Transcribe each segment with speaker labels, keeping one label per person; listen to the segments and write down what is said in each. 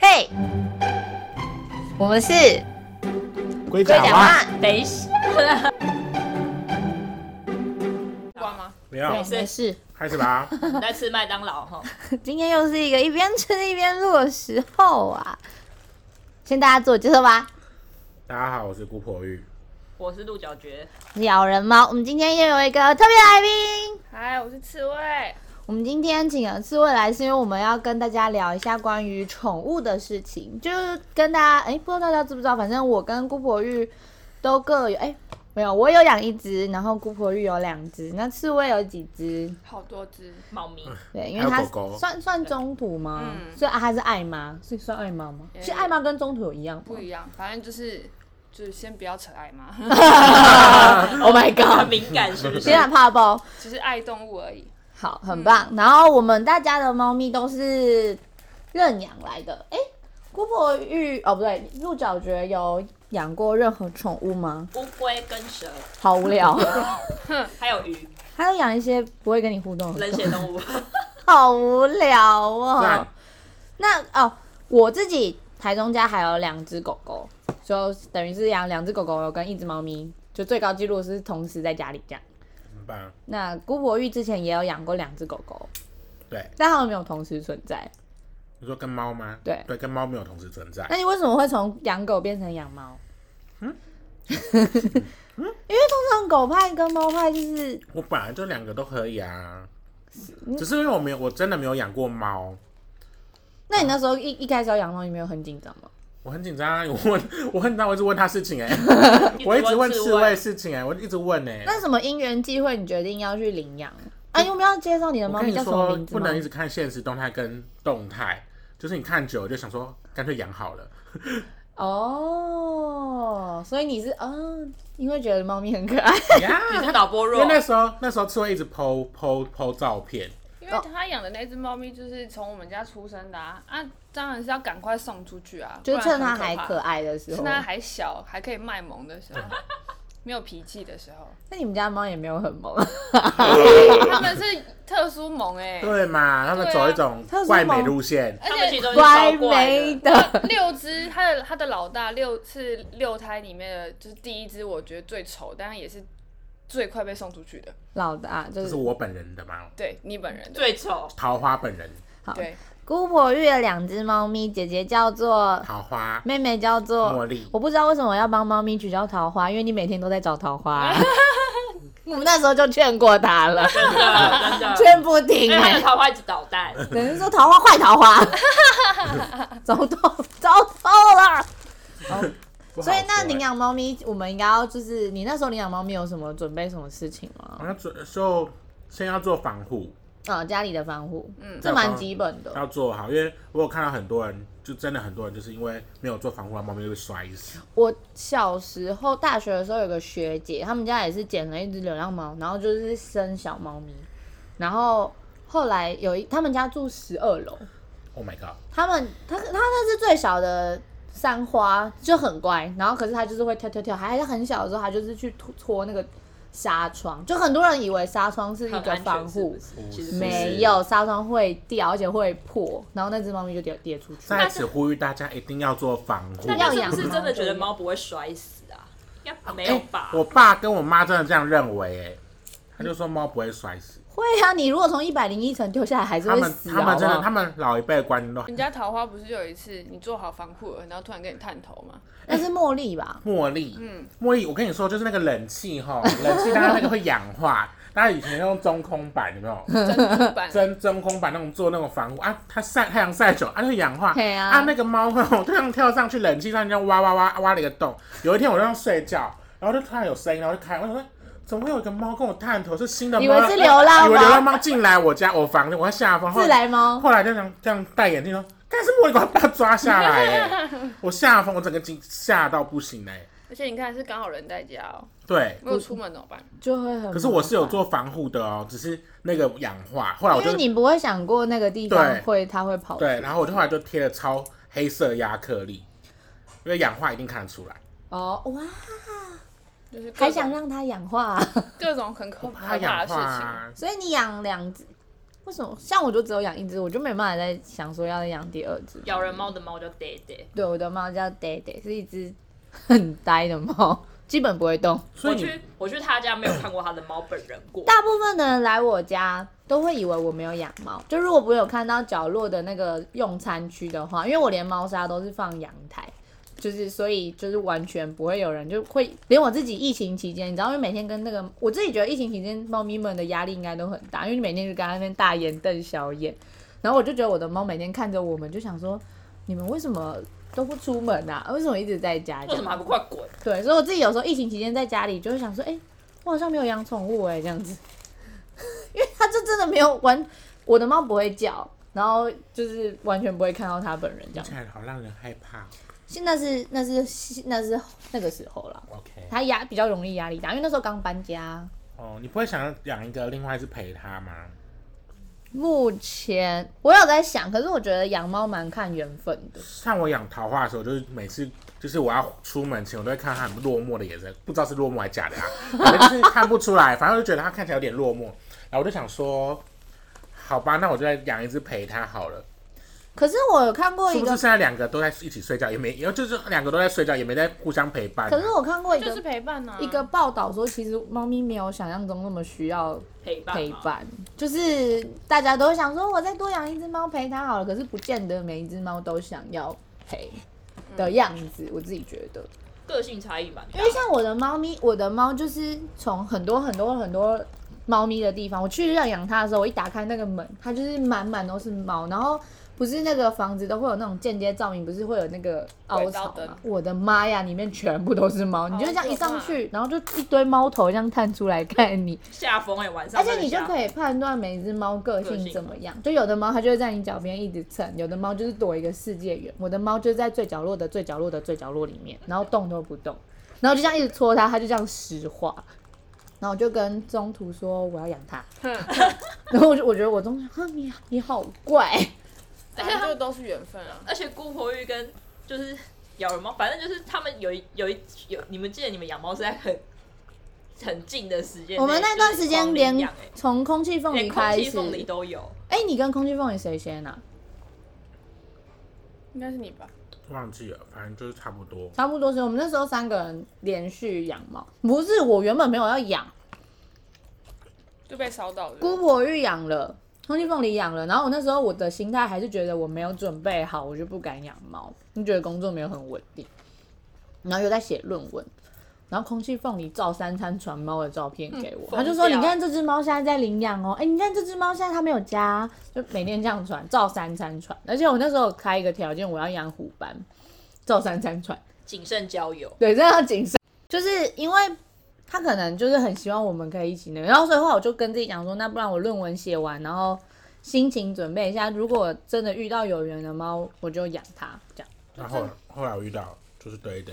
Speaker 1: 对，我们是
Speaker 2: 龟
Speaker 1: 龟
Speaker 2: 甲
Speaker 1: 甲
Speaker 2: 蛙
Speaker 1: 蛙，
Speaker 3: 等一下，
Speaker 4: 关吗？
Speaker 2: 没有，
Speaker 1: 没事。
Speaker 2: 开始吧。
Speaker 3: 你在吃麦当劳 哈？
Speaker 1: 今天又是一个一边吃一边录的时候啊！先大家自我介绍吧，
Speaker 2: 大家好，我是姑婆玉。
Speaker 3: 我是鹿角蕨，
Speaker 1: 咬人猫。我们今天又有一个特别来宾，
Speaker 4: 嗨，我是刺猬。
Speaker 1: 我们今天请了刺猬来，是因为我们要跟大家聊一下关于宠物的事情，就是跟大家，哎、不知道大家知不知道，反正我跟姑婆玉都各有，哎、没有，我有养一只，然后姑婆玉有两只，那刺猬有几只？
Speaker 4: 好多只，
Speaker 3: 猫咪，
Speaker 1: 对，因
Speaker 2: 还
Speaker 1: 为它
Speaker 2: 有狗狗
Speaker 1: 算算中途吗？
Speaker 4: 嗯
Speaker 1: 所以啊，它是爱妈，是算爱妈吗？
Speaker 4: 也
Speaker 1: 是爱妈跟中途有一样吗？
Speaker 4: 不一样，反正就是就是先不要扯爱嘛，
Speaker 1: Oh my
Speaker 3: 很
Speaker 1: god！
Speaker 3: 敏感是不是
Speaker 1: 天？然怕爆，
Speaker 4: 只是爱动物而已。
Speaker 1: 好，很棒。然后我们大家的猫咪都是认养来的。哎、姑婆玉哦，不对，鹿角蕨有养过任何宠物吗？
Speaker 3: 乌龟跟蛇，
Speaker 1: 好无聊，
Speaker 3: 还有鱼，
Speaker 1: 还有养一些不会跟你互动的
Speaker 3: 冷
Speaker 1: 狗，
Speaker 3: 血动 物。
Speaker 1: 好无聊哦
Speaker 2: 赞。
Speaker 1: 那哦，我自己台中家还有两只狗狗，就等于是养两只狗狗跟一只猫咪，就最高纪录是同时在家里这样。
Speaker 2: 很棒。
Speaker 1: 那姑婆玉之前也有养过两只狗狗，
Speaker 2: 对，
Speaker 1: 但它们没有同时存在。
Speaker 2: 你说跟猫吗？
Speaker 1: 对哎
Speaker 2: 对，跟猫没有同时存在。
Speaker 1: 那你为什么会从养狗变成养猫？
Speaker 2: 嗯
Speaker 1: 因为通常狗派跟猫派就是
Speaker 2: 我本来就两个都可以啊，只
Speaker 1: 嗯
Speaker 2: 是因为我没有，我真的没有养过猫，
Speaker 1: 那你那时候一一开始要养猫，你没有很紧张吗？
Speaker 2: 我很紧张啊。我 问，我很紧张，我一直问他事情哎、 我一直问刺猬，事情哎、我一直问哎、
Speaker 1: 那什么因缘际会，你决定要去领养？啊，因为我们要介绍你的
Speaker 2: 我
Speaker 1: 猫
Speaker 2: 跟
Speaker 1: 咪
Speaker 2: 你
Speaker 1: 叫什么
Speaker 2: 说，
Speaker 1: 名字
Speaker 2: 不
Speaker 1: 吗
Speaker 2: 能一？直看现实动态跟动态，就是你看久了就想说，干脆养 好了。
Speaker 1: 哦，所以你是嗯，因为觉得猫咪很 可爱，
Speaker 2: 呀
Speaker 3: 你是导播
Speaker 2: 因
Speaker 3: 弱
Speaker 2: 为，那时候那时候刺猬一直剖剖剖照片，
Speaker 4: 因
Speaker 1: 哦
Speaker 4: 为他养的那只猫咪就是从我们家出生的啊，啊，当然是要赶快送出去啊，
Speaker 1: 就是趁它
Speaker 4: 不然
Speaker 1: 还
Speaker 4: 很
Speaker 1: 可
Speaker 4: 怕，
Speaker 1: 爱哦的时候
Speaker 4: 趁。它还小，还可以卖萌的时候，没有脾气的时 候，
Speaker 1: 那你们家猫也没有很萌，啊
Speaker 4: 他们是特殊萌哎、
Speaker 2: 对嘛？他们走一种
Speaker 1: 对啊
Speaker 2: 怪美路线，
Speaker 4: 而
Speaker 3: 他们其
Speaker 4: 且
Speaker 3: 中一只
Speaker 1: 乖
Speaker 3: 超
Speaker 1: 美
Speaker 3: 的，
Speaker 1: 的。
Speaker 4: 六只，它的它的老大六是六胎里面的，就是第一只我觉得最丑，但是也是最快被送出去的。
Speaker 1: 老大就
Speaker 2: 这
Speaker 1: 是
Speaker 2: 是我本人的嘛，
Speaker 4: 对你本人的，
Speaker 3: 最丑，
Speaker 2: 桃花本人，
Speaker 4: 对，
Speaker 1: 姑婆育了两只猫咪，姐姐叫做
Speaker 2: 桃花
Speaker 1: 妹妹叫做
Speaker 2: 茉莉
Speaker 1: 我不知道为什么要帮猫咪取叫桃花，因为你每天都在找桃 花。我们那时候就劝过他了，
Speaker 3: 真的真的。
Speaker 1: 劝不停
Speaker 3: 因为他
Speaker 1: 哎、
Speaker 3: 的桃花一直捣蛋，
Speaker 1: 等于说桃花坏桃花， 糟透糟透了。
Speaker 2: 不好
Speaker 1: 所以那
Speaker 2: 说欸
Speaker 1: 领养猫咪，我们应该要就是你那时候领养猫咪有什么准备什么事情吗
Speaker 2: 好？像做就先要做防护，
Speaker 1: 啊、家里的防护，
Speaker 4: 嗯
Speaker 1: 这蛮基本的。
Speaker 2: 要做好，因为我有看到很多人，就真的很多人就是因为没有做防护，然后猫咪就被摔死。
Speaker 1: 我小时候大学的时候有个学姐，他们家也是捡了一只流浪猫，然后就是生小猫咪，然后后来有一他们家住十二楼，
Speaker 2: Oh my god！
Speaker 1: 他们他他那是最小的三花，就很乖，然后可是他就是会跳跳跳，还是很小的时候，他就是去搓搓那个纱窗，就很多人以为纱窗是一
Speaker 3: 很
Speaker 1: 个
Speaker 3: 安
Speaker 1: 防
Speaker 3: 全是
Speaker 1: 护
Speaker 3: 不，是？其实不是
Speaker 1: 没有纱窗会掉，而且会破，然后那只猫咪就跌跌出去。
Speaker 2: 在此呼吁大家一定要做防护。
Speaker 3: 大
Speaker 1: 要
Speaker 3: 家是
Speaker 1: 养
Speaker 3: 不是
Speaker 1: 猫
Speaker 3: 真的
Speaker 1: 就
Speaker 3: 觉得
Speaker 1: 养
Speaker 3: 猫不会摔死啊？应该没有吧？
Speaker 2: 我爸跟我妈真的这样认为、欸，他就说猫不会摔死。
Speaker 1: 会啊，你如果从一百零一层丢下来，还是
Speaker 2: 他
Speaker 1: 会
Speaker 2: 们
Speaker 1: 死，啊
Speaker 2: 他们真
Speaker 1: 好不
Speaker 2: 的，
Speaker 1: 好
Speaker 2: 他们老一辈的观念都很
Speaker 4: 人家桃花不是就有一次你做好防护了，然后突然跟你探头 吗？
Speaker 1: 那是茉莉 吧？
Speaker 2: 茉莉，
Speaker 1: 嗯
Speaker 2: 茉莉，我跟你说，就是那个冷气哈， 冷气当然那个会氧化，大家以前用中空板有没有？
Speaker 1: 嗯
Speaker 4: 珍珠板，
Speaker 2: 真真空板那种做那种防护啊，它晒太阳晒久，啊，它会氧化，
Speaker 1: 对啊
Speaker 2: 那个猫会我突然跳上去冷气上，这样挖挖挖挖了一个洞。有一天我这样睡觉，然后就突然有声音，然后就开，我想说。怎么会有一个猫跟我探头？是新的猫，
Speaker 1: 以为是流浪猫
Speaker 2: 以为流浪猫进来我家我房间，我要吓疯。后
Speaker 1: 自
Speaker 2: 来
Speaker 1: 来猫，
Speaker 2: 后来就这样这样戴眼镜说：“干什么？我把它抓下 来、欸！”我吓疯，我整个惊吓到不行哎、
Speaker 4: 而且你看是刚好人在家哦，
Speaker 2: 对，
Speaker 4: 没有出门怎么办？
Speaker 1: 就会很。
Speaker 2: 可是我是有，做防护的哦，只是那个氧化，后来我
Speaker 1: 因
Speaker 2: 就
Speaker 1: 为你不会想过那个地方
Speaker 2: 对
Speaker 1: 会它会跑出。
Speaker 2: 对，然后我就后来就贴了超黑色亚克力，因为氧化一定看得出来，
Speaker 1: 哦，哇，
Speaker 4: 就是各
Speaker 1: 还
Speaker 4: 种
Speaker 1: 想让它氧化啊、
Speaker 4: 各种很可
Speaker 2: 它
Speaker 4: 怕
Speaker 2: 氧
Speaker 4: 的事
Speaker 2: 化
Speaker 4: 情。
Speaker 2: 啊，
Speaker 1: 所以你养两只，为什么？像我就只有养一只，我就没办法再想说要再养第二只。
Speaker 3: 咬人猫的猫叫 d a
Speaker 1: 对，我的猫叫 d a 是一只很呆的猫， 基本不会动。
Speaker 2: 所
Speaker 3: 我
Speaker 2: 以你
Speaker 3: 去我去他家没有看过他的猫本人过，
Speaker 1: 大部分的人来我家都会以为我没有养猫，就如果不会有看到角落的那个用餐区的话，因为我连猫砂都是放阳台，就是所以就是完全不会有人就会连我自己疫情期间，你知道，因为每天跟那个我自己觉得疫情期间猫咪们的压力应该都很大，因为你每天就跟它那边大眼瞪小眼，然后我就觉得我的猫每天看着我们就想说，你们为什么都不出门啊？为什么一直在家？
Speaker 3: 为什么还不快滚？
Speaker 1: 对，所以我自己有时候疫情期间在家里就会想说，哎、我好像没有养宠物哎、这样子， 因为它就真的没有完，我的猫不会叫，然后就是完全不会看到它本人这
Speaker 2: 听
Speaker 1: 样
Speaker 2: 起。来好让人害怕。哦
Speaker 1: 现在是那是那是那个时候啦，
Speaker 2: OK，
Speaker 1: 它压比较容易压力大，因为那时候刚搬家。
Speaker 2: 哦，你不会想要养一个，另外一只陪它吗？
Speaker 1: 目前我有在想，可是我觉得养猫蛮看缘分的。
Speaker 2: 像我养桃花的时候，就是每次就是我要出门前，我都会看到它很落寞的眼神，不知道是落寞还是假的 啊，反正就是看不出来，反正我就觉得它看起来有点落寞。然后我就想说，好吧，那我就再养一只陪它好了。
Speaker 1: 可是我有看过
Speaker 2: 是
Speaker 1: 一
Speaker 2: 不是
Speaker 1: 个
Speaker 2: 现，在两个都在一起睡觉，也没，也就是两个都在睡觉，也没在互相陪伴啊、
Speaker 1: 可是我看过一
Speaker 4: 就是
Speaker 1: 个
Speaker 4: 陪伴啊，
Speaker 1: 一个报道说，其实猫咪没有想象中那么需要
Speaker 3: 陪伴
Speaker 1: 陪
Speaker 3: 嘛，
Speaker 1: 伴，就是大家都会想说，我再多养一只猫陪它好了，可是不见得每一只猫都想要陪的样子，我自己觉得。
Speaker 3: 个性差异蛮大
Speaker 1: 因为像我的猫咪，我的猫就是从很多很多很多猫咪的地方，我去认养它的时候，我一打开那个门，它就是满满都是猫，然后不是那个房子都会有那种间接照明，不是会有那个凹
Speaker 4: 轨道
Speaker 1: 槽
Speaker 4: 灯
Speaker 1: 吗？我的妈呀，里面全部都是猫，你就这样一上去，然后就一堆猫头这样探出来看你，
Speaker 3: 下风哎，晚上
Speaker 1: 而且你就可
Speaker 3: 以
Speaker 1: 以判断每一只猫个性怎么样，就有的猫它就会在你脚边一直蹭，有的猫就是躲一个世界远，我的猫就在最角落的最角落的最角落里面，然后动都不动，然后就这样一直戳它，它就这样石化，然后我就跟中途说我要养 它，然后我就我觉得我中途哼你你好怪，
Speaker 4: 反正就都是缘分啊。
Speaker 3: 而且姑婆玉跟就是咬人猫，反正就是他们有一有一有，你们记得你们养猫是在很很近的时间内，
Speaker 1: 我们那段时间
Speaker 3: 就是狂
Speaker 1: 连
Speaker 3: 领养欸
Speaker 1: 从空气凤梨
Speaker 3: 连空
Speaker 1: 开
Speaker 3: 气
Speaker 1: 始，
Speaker 3: 凤梨都有，
Speaker 1: 哎、你跟空气凤梨谁先啊？
Speaker 4: 应该是你吧？
Speaker 2: 忘记了，反正就是差不多。
Speaker 1: 差不多是我们那时候三个人连续养猫，不是我原本没有要养。
Speaker 4: 就被烧到了。
Speaker 1: 姑婆玉养了，空气凤梨养了，然后我那时候我的心态还是觉得我没有准备好，我就不敢养猫，就觉得工作没有很稳定，然后又在写论文，然后空气凤梨照三餐传猫的照片给我，
Speaker 3: 嗯
Speaker 1: 他就说
Speaker 3: 疯
Speaker 1: 你
Speaker 3: 掉
Speaker 1: 看这只猫现在在领养哦，哎、你看这只猫现在它没有家啊，就每天这样传，照三餐传，而且我那时候有开一个条件，我要养虎斑，照三餐传。
Speaker 3: 谨慎交友，
Speaker 1: 对，这样谨慎，就是因为他可能就是很希望我们可以一起那个，然后所以后来我就跟自己讲说，那不然我论文写完，然后心情准备一下，如果真的遇到有缘的猫，我就养它这样。
Speaker 2: 然后后来我遇到就是对的，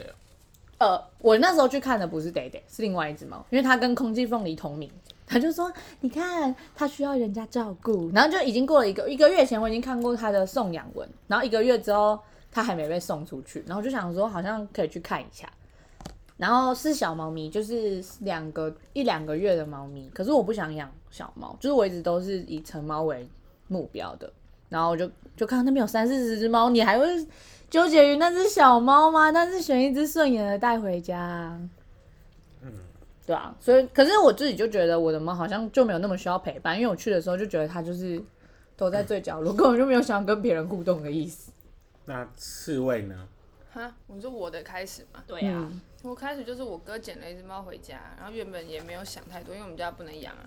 Speaker 1: 呃，我那时候去看的不是 Day Day，是另外一只猫，因为它跟空气凤梨同名。他就说：“你看，它需要人家照顾。”然后就已经过了一个一个月前，我已经看过它的送养文，然后一个月之后，它还没被送出去。然后我就想说，好像可以去看一下。然后是小猫咪，就是两个一两个月的猫咪。可是我不想养小猫，就是我一直都是以成猫为目标的。然后我就就看到那边有三四十只猫，你还会纠结于那只小猫吗？但是选一只顺眼的带回家、啊。
Speaker 2: 嗯
Speaker 1: 对啊，所以可是我自己就觉得我的猫好像就没有那么需要陪伴，因为我去的时候就觉得它就是躲在最角落，根本就没有想要跟别人互动的意 思。
Speaker 2: 那刺猬呢？
Speaker 4: 哈，我说我的开始嘛，
Speaker 3: 对啊，
Speaker 1: 嗯
Speaker 4: 我开始就是我哥捡了一只猫回家，然后原本也没有想太多，因为我们家不能养 啊，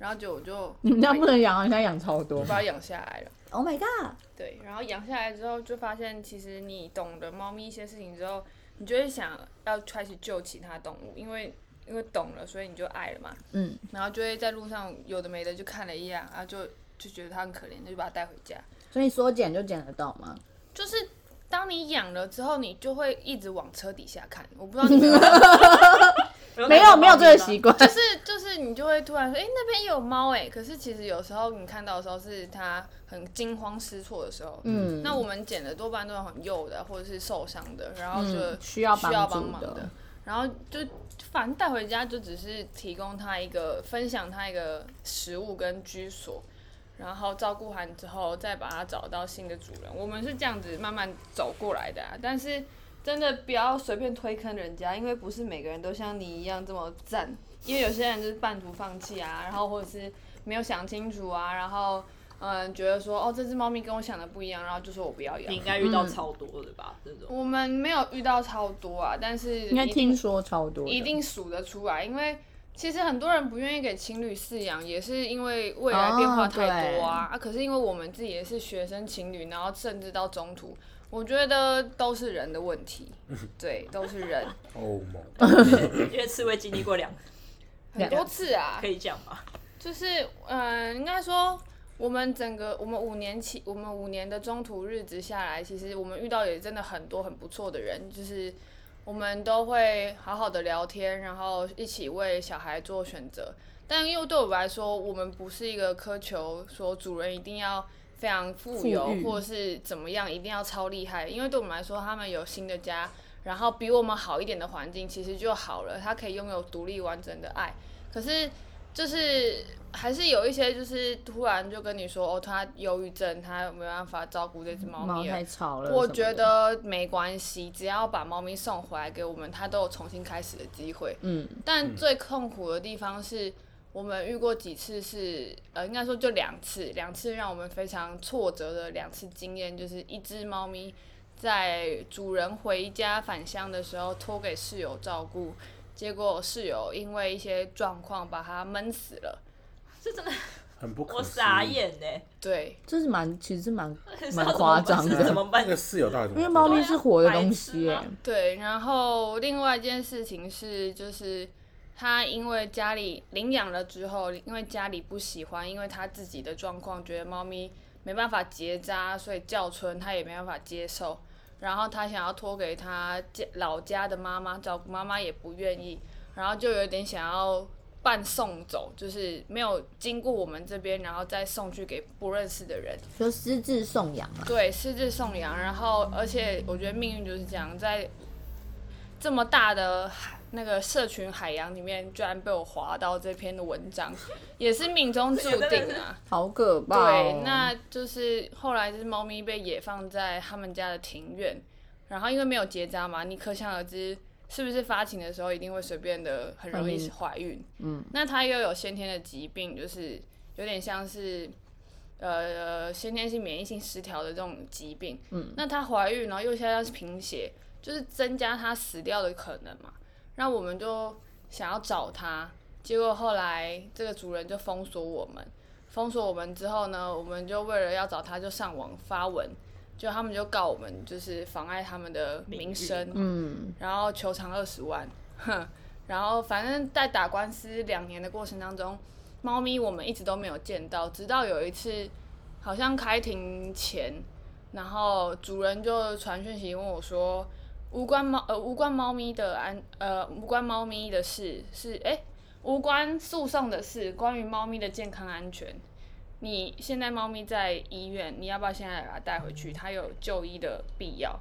Speaker 4: 然后就我就
Speaker 1: 你们家不能养啊，你家养超多
Speaker 4: 我。把它养下来了。
Speaker 1: Oh my god！
Speaker 4: 对，然后养下来之后，就发现其实你懂得猫咪一些事情之后，你就会想要开始救其他动物，因为因为懂了，所以你就爱了嘛。
Speaker 1: 嗯，
Speaker 4: 然后就会在路上有的没的就看了一眼，然后就就觉得它很可怜，就把它带回家。
Speaker 1: 所以说捡就捡得到吗？
Speaker 4: 就是当你养了之后，你就会一直往车底下看。我不知道你们有没 有
Speaker 1: 没有没有这个习
Speaker 3: 惯，
Speaker 1: 惯。
Speaker 4: 就是就是你就会突然说，哎、那边有猫哎、可是其实有时候你看到的时候是它很惊慌失措的时候。
Speaker 1: 嗯，
Speaker 4: 那我们捡的多半都是很幼的，或者是受伤的，然后就、
Speaker 1: 嗯需要
Speaker 4: 需要帮
Speaker 1: 助
Speaker 4: 忙的。然后就反正带回家就只是提供他一个分享他一个食物跟居所，然后照顾完之后再把它找到新的主人。我们是这样子慢慢走过来的啊，但是真的不要随便推坑人家，因为不是每个人都像你一样这么赞，因为有些人就是半途放弃啊，然后或者是没有想清楚啊，然后嗯觉得说哦这只猫咪跟我想的不一样，然后就说我不要养
Speaker 3: 你。应该遇
Speaker 1: 嗯
Speaker 3: 到超多的吧？这种
Speaker 4: 我们没有遇到超多啊，但是
Speaker 1: 应该
Speaker 4: 一定
Speaker 1: 听说超多的，
Speaker 4: 一定数得出来，因为其实很多人不愿意给情侣饲养，也是因为未来变化太多啊、啊！可是因为我们自己也是学生情侣，然后甚至到中途，我觉得都是人的问题，对，都是人，
Speaker 2: 哦猛，
Speaker 3: 因为刺猬经历过两，
Speaker 4: 很多次啊
Speaker 3: 可，以讲吗？
Speaker 4: 就是嗯、呃应该说。我们整个我们五年期，我们五年的中途日子下来，其实我们遇到也真的很多很不错的人，就是我们都会好好的聊天，然后一起为小孩做选择。但又对我来说，我们不是一个苛求说主人一定要非常富有
Speaker 1: 富裕，
Speaker 4: 或是怎么样，一定要超厉害。因为对我们来说，他们有新的家，然后比我们好一点的环境，其实就好了。他可以拥有独立完整的爱。可是就是还是有一些，就是突然就跟你说，哦，他忧郁症，他没办法照顾这只猫
Speaker 1: 猫
Speaker 4: 咪了
Speaker 1: 太吵了什么的。
Speaker 4: 我觉得没关系，只要把猫咪送回来给我们，它都有重新开始的机会。
Speaker 1: 嗯，
Speaker 4: 但最痛苦的地方是我们遇过几次是，呃，应该说就两次，两次让我们非常挫折的两次经验，就是一只猫咪在主人回家返乡的时候托给室友照顾，结果室友因为一些状况把它闷死了。
Speaker 3: 这真的
Speaker 2: 很不可
Speaker 3: 我
Speaker 2: 思议
Speaker 3: 傻。眼呢，
Speaker 4: 对，
Speaker 1: 这是蛮，其实是蛮
Speaker 3: 可
Speaker 1: 蛮
Speaker 3: 是要怎么
Speaker 1: 夸
Speaker 3: 办
Speaker 1: 张
Speaker 3: 是怎
Speaker 1: 的，
Speaker 3: 么办
Speaker 2: 那？个室友到底怎么？
Speaker 1: 因为猫咪
Speaker 3: 对啊
Speaker 1: 是活的
Speaker 3: 白
Speaker 1: 东
Speaker 3: 痴
Speaker 1: 西耶
Speaker 3: 吗。
Speaker 4: 对，然后另外一件事情是，就是他因为家里领养了之后，因为家里不喜欢，因为他自己的状况，觉得猫咪没办法结扎，所以叫春他也没办法接受。然后他想要托给他家老家的妈妈照顾，妈妈也不愿意，然后就有点想要半送走，就是没有经过我们这边，然后再送去给不认识的人。
Speaker 1: 就私自送养啊嘛。
Speaker 4: 对，私自送养，然后而且我觉得命运就是这样，在这么大的海那个社群海洋里面，居然被我划到这篇的文章，也是命中注
Speaker 3: 这个真
Speaker 4: 定
Speaker 3: 的是
Speaker 4: 啊。
Speaker 1: 好可怕、哦！
Speaker 4: 对，那就是后来就是猫咪被野放在他们家的庭院，然后因为没有结扎嘛，你可想而知。是不是发情的时候一定会随便的很容易怀孕？嗯，那它又有先天的疾病，就是有点像是呃先天性免疫性失调的这种疾病。嗯，那她怀孕，然后又现在是贫血，就是增加她死掉的可能嘛。那我们就想要找她，结果后来这个主人就封锁我们，封锁我们之后呢，我们就为了要找他，就上网发文，就他们就告我们，就是妨碍他们的名声，
Speaker 1: 嗯，
Speaker 4: 然后求偿二十万，哼，然后反正在打官司两年的过程当中，猫咪我们一直都没有见到，直到有一次好像开庭前，然后主人就传讯息问我说，无关猫呃无关猫咪的安呃无关猫咪的事是诶，无关诉讼的事，关于猫咪的健康安全。你现在猫咪在医院，你要不要现在把它带回去？它有就医的必要。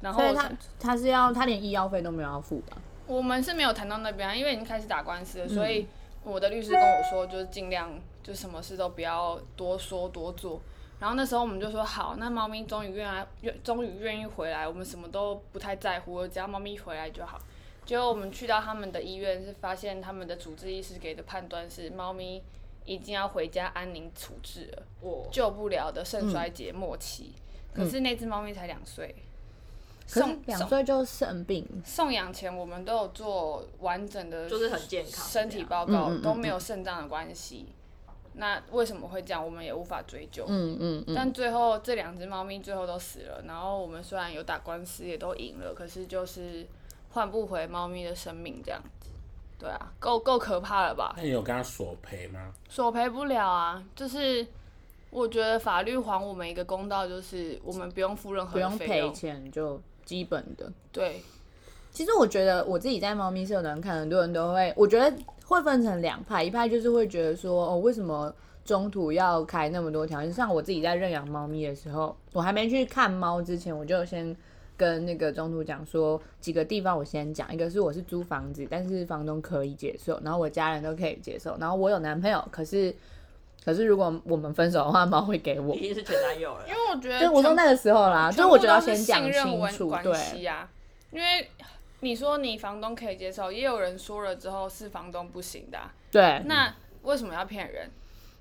Speaker 4: 然后
Speaker 1: 所以
Speaker 4: 我
Speaker 1: 他
Speaker 4: 才
Speaker 1: 他是要他连医药费都没有要付的，
Speaker 4: 我们是没有谈到那边啊，因为已经开始打官司了，所以
Speaker 1: 嗯
Speaker 4: 我的律师跟我说，就是尽量就什么事都不要多说多做。然后那时候我们就说好，那猫咪终于愿来，愿终于愿意回来，我们什么都不太在乎，只要猫咪回来就好。结果我们去到他们的医院，是发现他们的主治医师给的判断是猫咪已经要回家安宁处置了，
Speaker 3: 我
Speaker 4: 救不了的肾衰竭末期。可是那只猫咪才两岁，
Speaker 1: 可是
Speaker 4: 送
Speaker 1: 两岁就生病，
Speaker 4: 送养前，我们都有做完整的，
Speaker 3: 就是很健康
Speaker 4: 身体报
Speaker 1: 这
Speaker 4: 告
Speaker 1: 样嗯嗯嗯
Speaker 4: 都没有肾脏的关系。那为什么会这样，我们也无法追究。
Speaker 1: 嗯嗯嗯，
Speaker 4: 但最后这两只猫咪最后都死了，然后我们虽然有打官司也都赢了，可是就是换不回猫咪的生命这样子。对啊，够够可怕了吧
Speaker 2: 那？你有跟他索赔吗？
Speaker 4: 索赔不了啊，就是我觉得法律还我们一个公道，就是我们不用付任何
Speaker 1: 不
Speaker 4: 的
Speaker 1: 用
Speaker 4: 费哦
Speaker 1: 赔
Speaker 4: 用。
Speaker 1: 钱就基本的。
Speaker 4: 对，
Speaker 1: 其实我觉得我自己在猫咪社团看，很多人都会，我觉得会分成两派，一派就是会觉得说，哦，为什么中途要开那么多条？像我自己在认养猫咪的时候，我还没去看猫之前，我就先跟那个中途讲说几个地方，我先讲，一个是我是租房子，但是房东可以接受，然后我家人都可以接受，然后我有男朋友，可是。可是如果我们分手的话，猫会给我
Speaker 3: 已。经是前 男友了
Speaker 4: 因。为我觉得
Speaker 1: 就我说
Speaker 4: 全
Speaker 1: 那个时候啦，
Speaker 4: 全
Speaker 1: 就
Speaker 4: 部
Speaker 1: 我觉得要
Speaker 4: 都是
Speaker 1: 先讲
Speaker 4: 信任
Speaker 1: 清
Speaker 4: 关
Speaker 1: 楚，
Speaker 4: 关
Speaker 1: 对，
Speaker 4: 系啊，因为你说你房东可以接受，也有人说了之后是房东不行的啊、
Speaker 1: 对，
Speaker 4: 那为什么要骗人？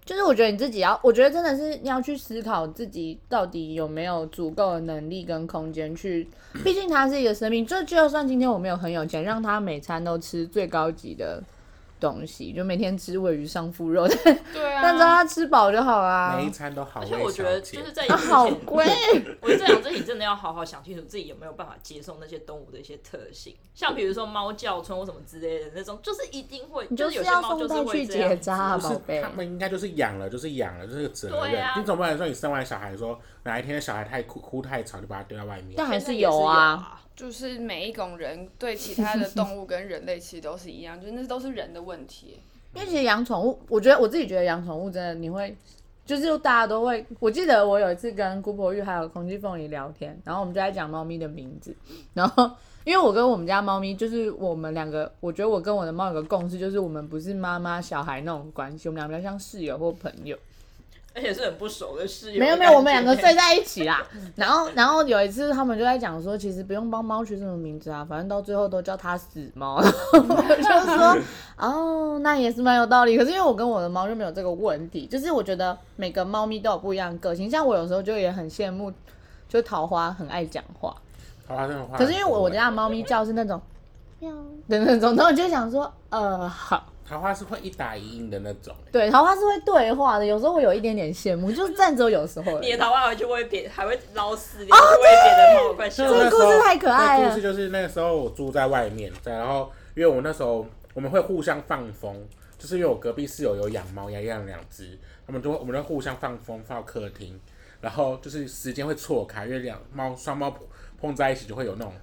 Speaker 1: 就是我觉得你自己要，我觉得真的是你要去思考自己到底有没有足够的能力跟空间去，毕竟它是一个生命。就就算今天我没有很有钱，让他每餐都吃最高级的东西，就每天吃鲔鱼上腹肉，
Speaker 4: 对啊，
Speaker 1: 但只要他吃饱就好啦
Speaker 2: 每一。餐都好
Speaker 3: 而
Speaker 2: 味
Speaker 3: 且我觉得，
Speaker 2: 小姐
Speaker 3: 就是在你
Speaker 1: 啊，
Speaker 3: 之前，
Speaker 1: 好 贵，
Speaker 3: 我就想这里真的要好好想清楚自己有没有办法接受那些动物的一些特性，像比如说猫叫声或什么之类的那种，就是一定会，
Speaker 1: 你
Speaker 3: 就
Speaker 1: 就是
Speaker 3: 有
Speaker 1: 是
Speaker 3: 些
Speaker 1: 要
Speaker 3: 猫
Speaker 1: 送
Speaker 3: 就是
Speaker 1: 带
Speaker 3: 会
Speaker 1: 去
Speaker 3: 这样
Speaker 1: 结
Speaker 3: 子。
Speaker 1: 扎啊，
Speaker 2: 不
Speaker 1: 宝
Speaker 2: 是
Speaker 1: 贝
Speaker 2: 他。们应该就是养了，就是养了，就是个责
Speaker 3: 对
Speaker 2: 任。
Speaker 3: 啊
Speaker 2: 你总不能说你生完小孩说哪一天的小孩太哭哭太吵就把他丢在外面
Speaker 1: 但。还
Speaker 3: 现在
Speaker 1: 是
Speaker 3: 也
Speaker 1: 有啊，
Speaker 3: 啊，
Speaker 4: 就是每一种人对其他的动物跟人类其实都是一样，就是那都是人的问题。
Speaker 1: 因为其实养宠物，我觉得我自己觉得养宠物真的你会，就是大家都会。我记得我有一次跟姑婆玉还有空气凤梨聊天，然后我们就在讲猫咪的名字，然后因为我跟我们家猫咪就是我们两个，我觉得我跟我的猫有个共识，就是我们不是妈妈小孩那种关系，我们俩比较像室友或朋友。
Speaker 3: 而且是很不熟的室友。
Speaker 1: 没有没有，我们两个睡
Speaker 3: 在
Speaker 1: 在一起啦。 然后然后有一次他们就在讲说，其实不用帮猫取什么名字啊，反正到最后都叫它死猫。 然后我就说哦，那也是蛮有道理。可是因为我跟我的猫就没有这个问题，就是我觉得每个猫咪都有不一样的个性，像我有时候就也很羡慕，就桃花很爱讲话。
Speaker 2: 好吧，这种话
Speaker 1: 可是因为我我家的猫咪叫是那种喵的那种，然后我就想说呃好。
Speaker 2: 桃花是会一打一印的那种、欸
Speaker 1: 对，桃花是会对话的，有时候我有一点点羡慕，就是但只有有时候而已。
Speaker 3: 你的桃花回去会 别，还会捞死，
Speaker 1: 哦
Speaker 3: 你会被别的猫快笑
Speaker 2: 就
Speaker 1: 这个
Speaker 2: 是那时候
Speaker 1: 故事太可爱了
Speaker 2: 那故事就是那时候我住在外面，对然后因为我那时候我们会互相放风，就是因为我隔壁室友有养猫，也养两只，他们都我们都互相放风放到客厅，然后就是时间会错开，因为两猫双猫碰在一起就会有那种，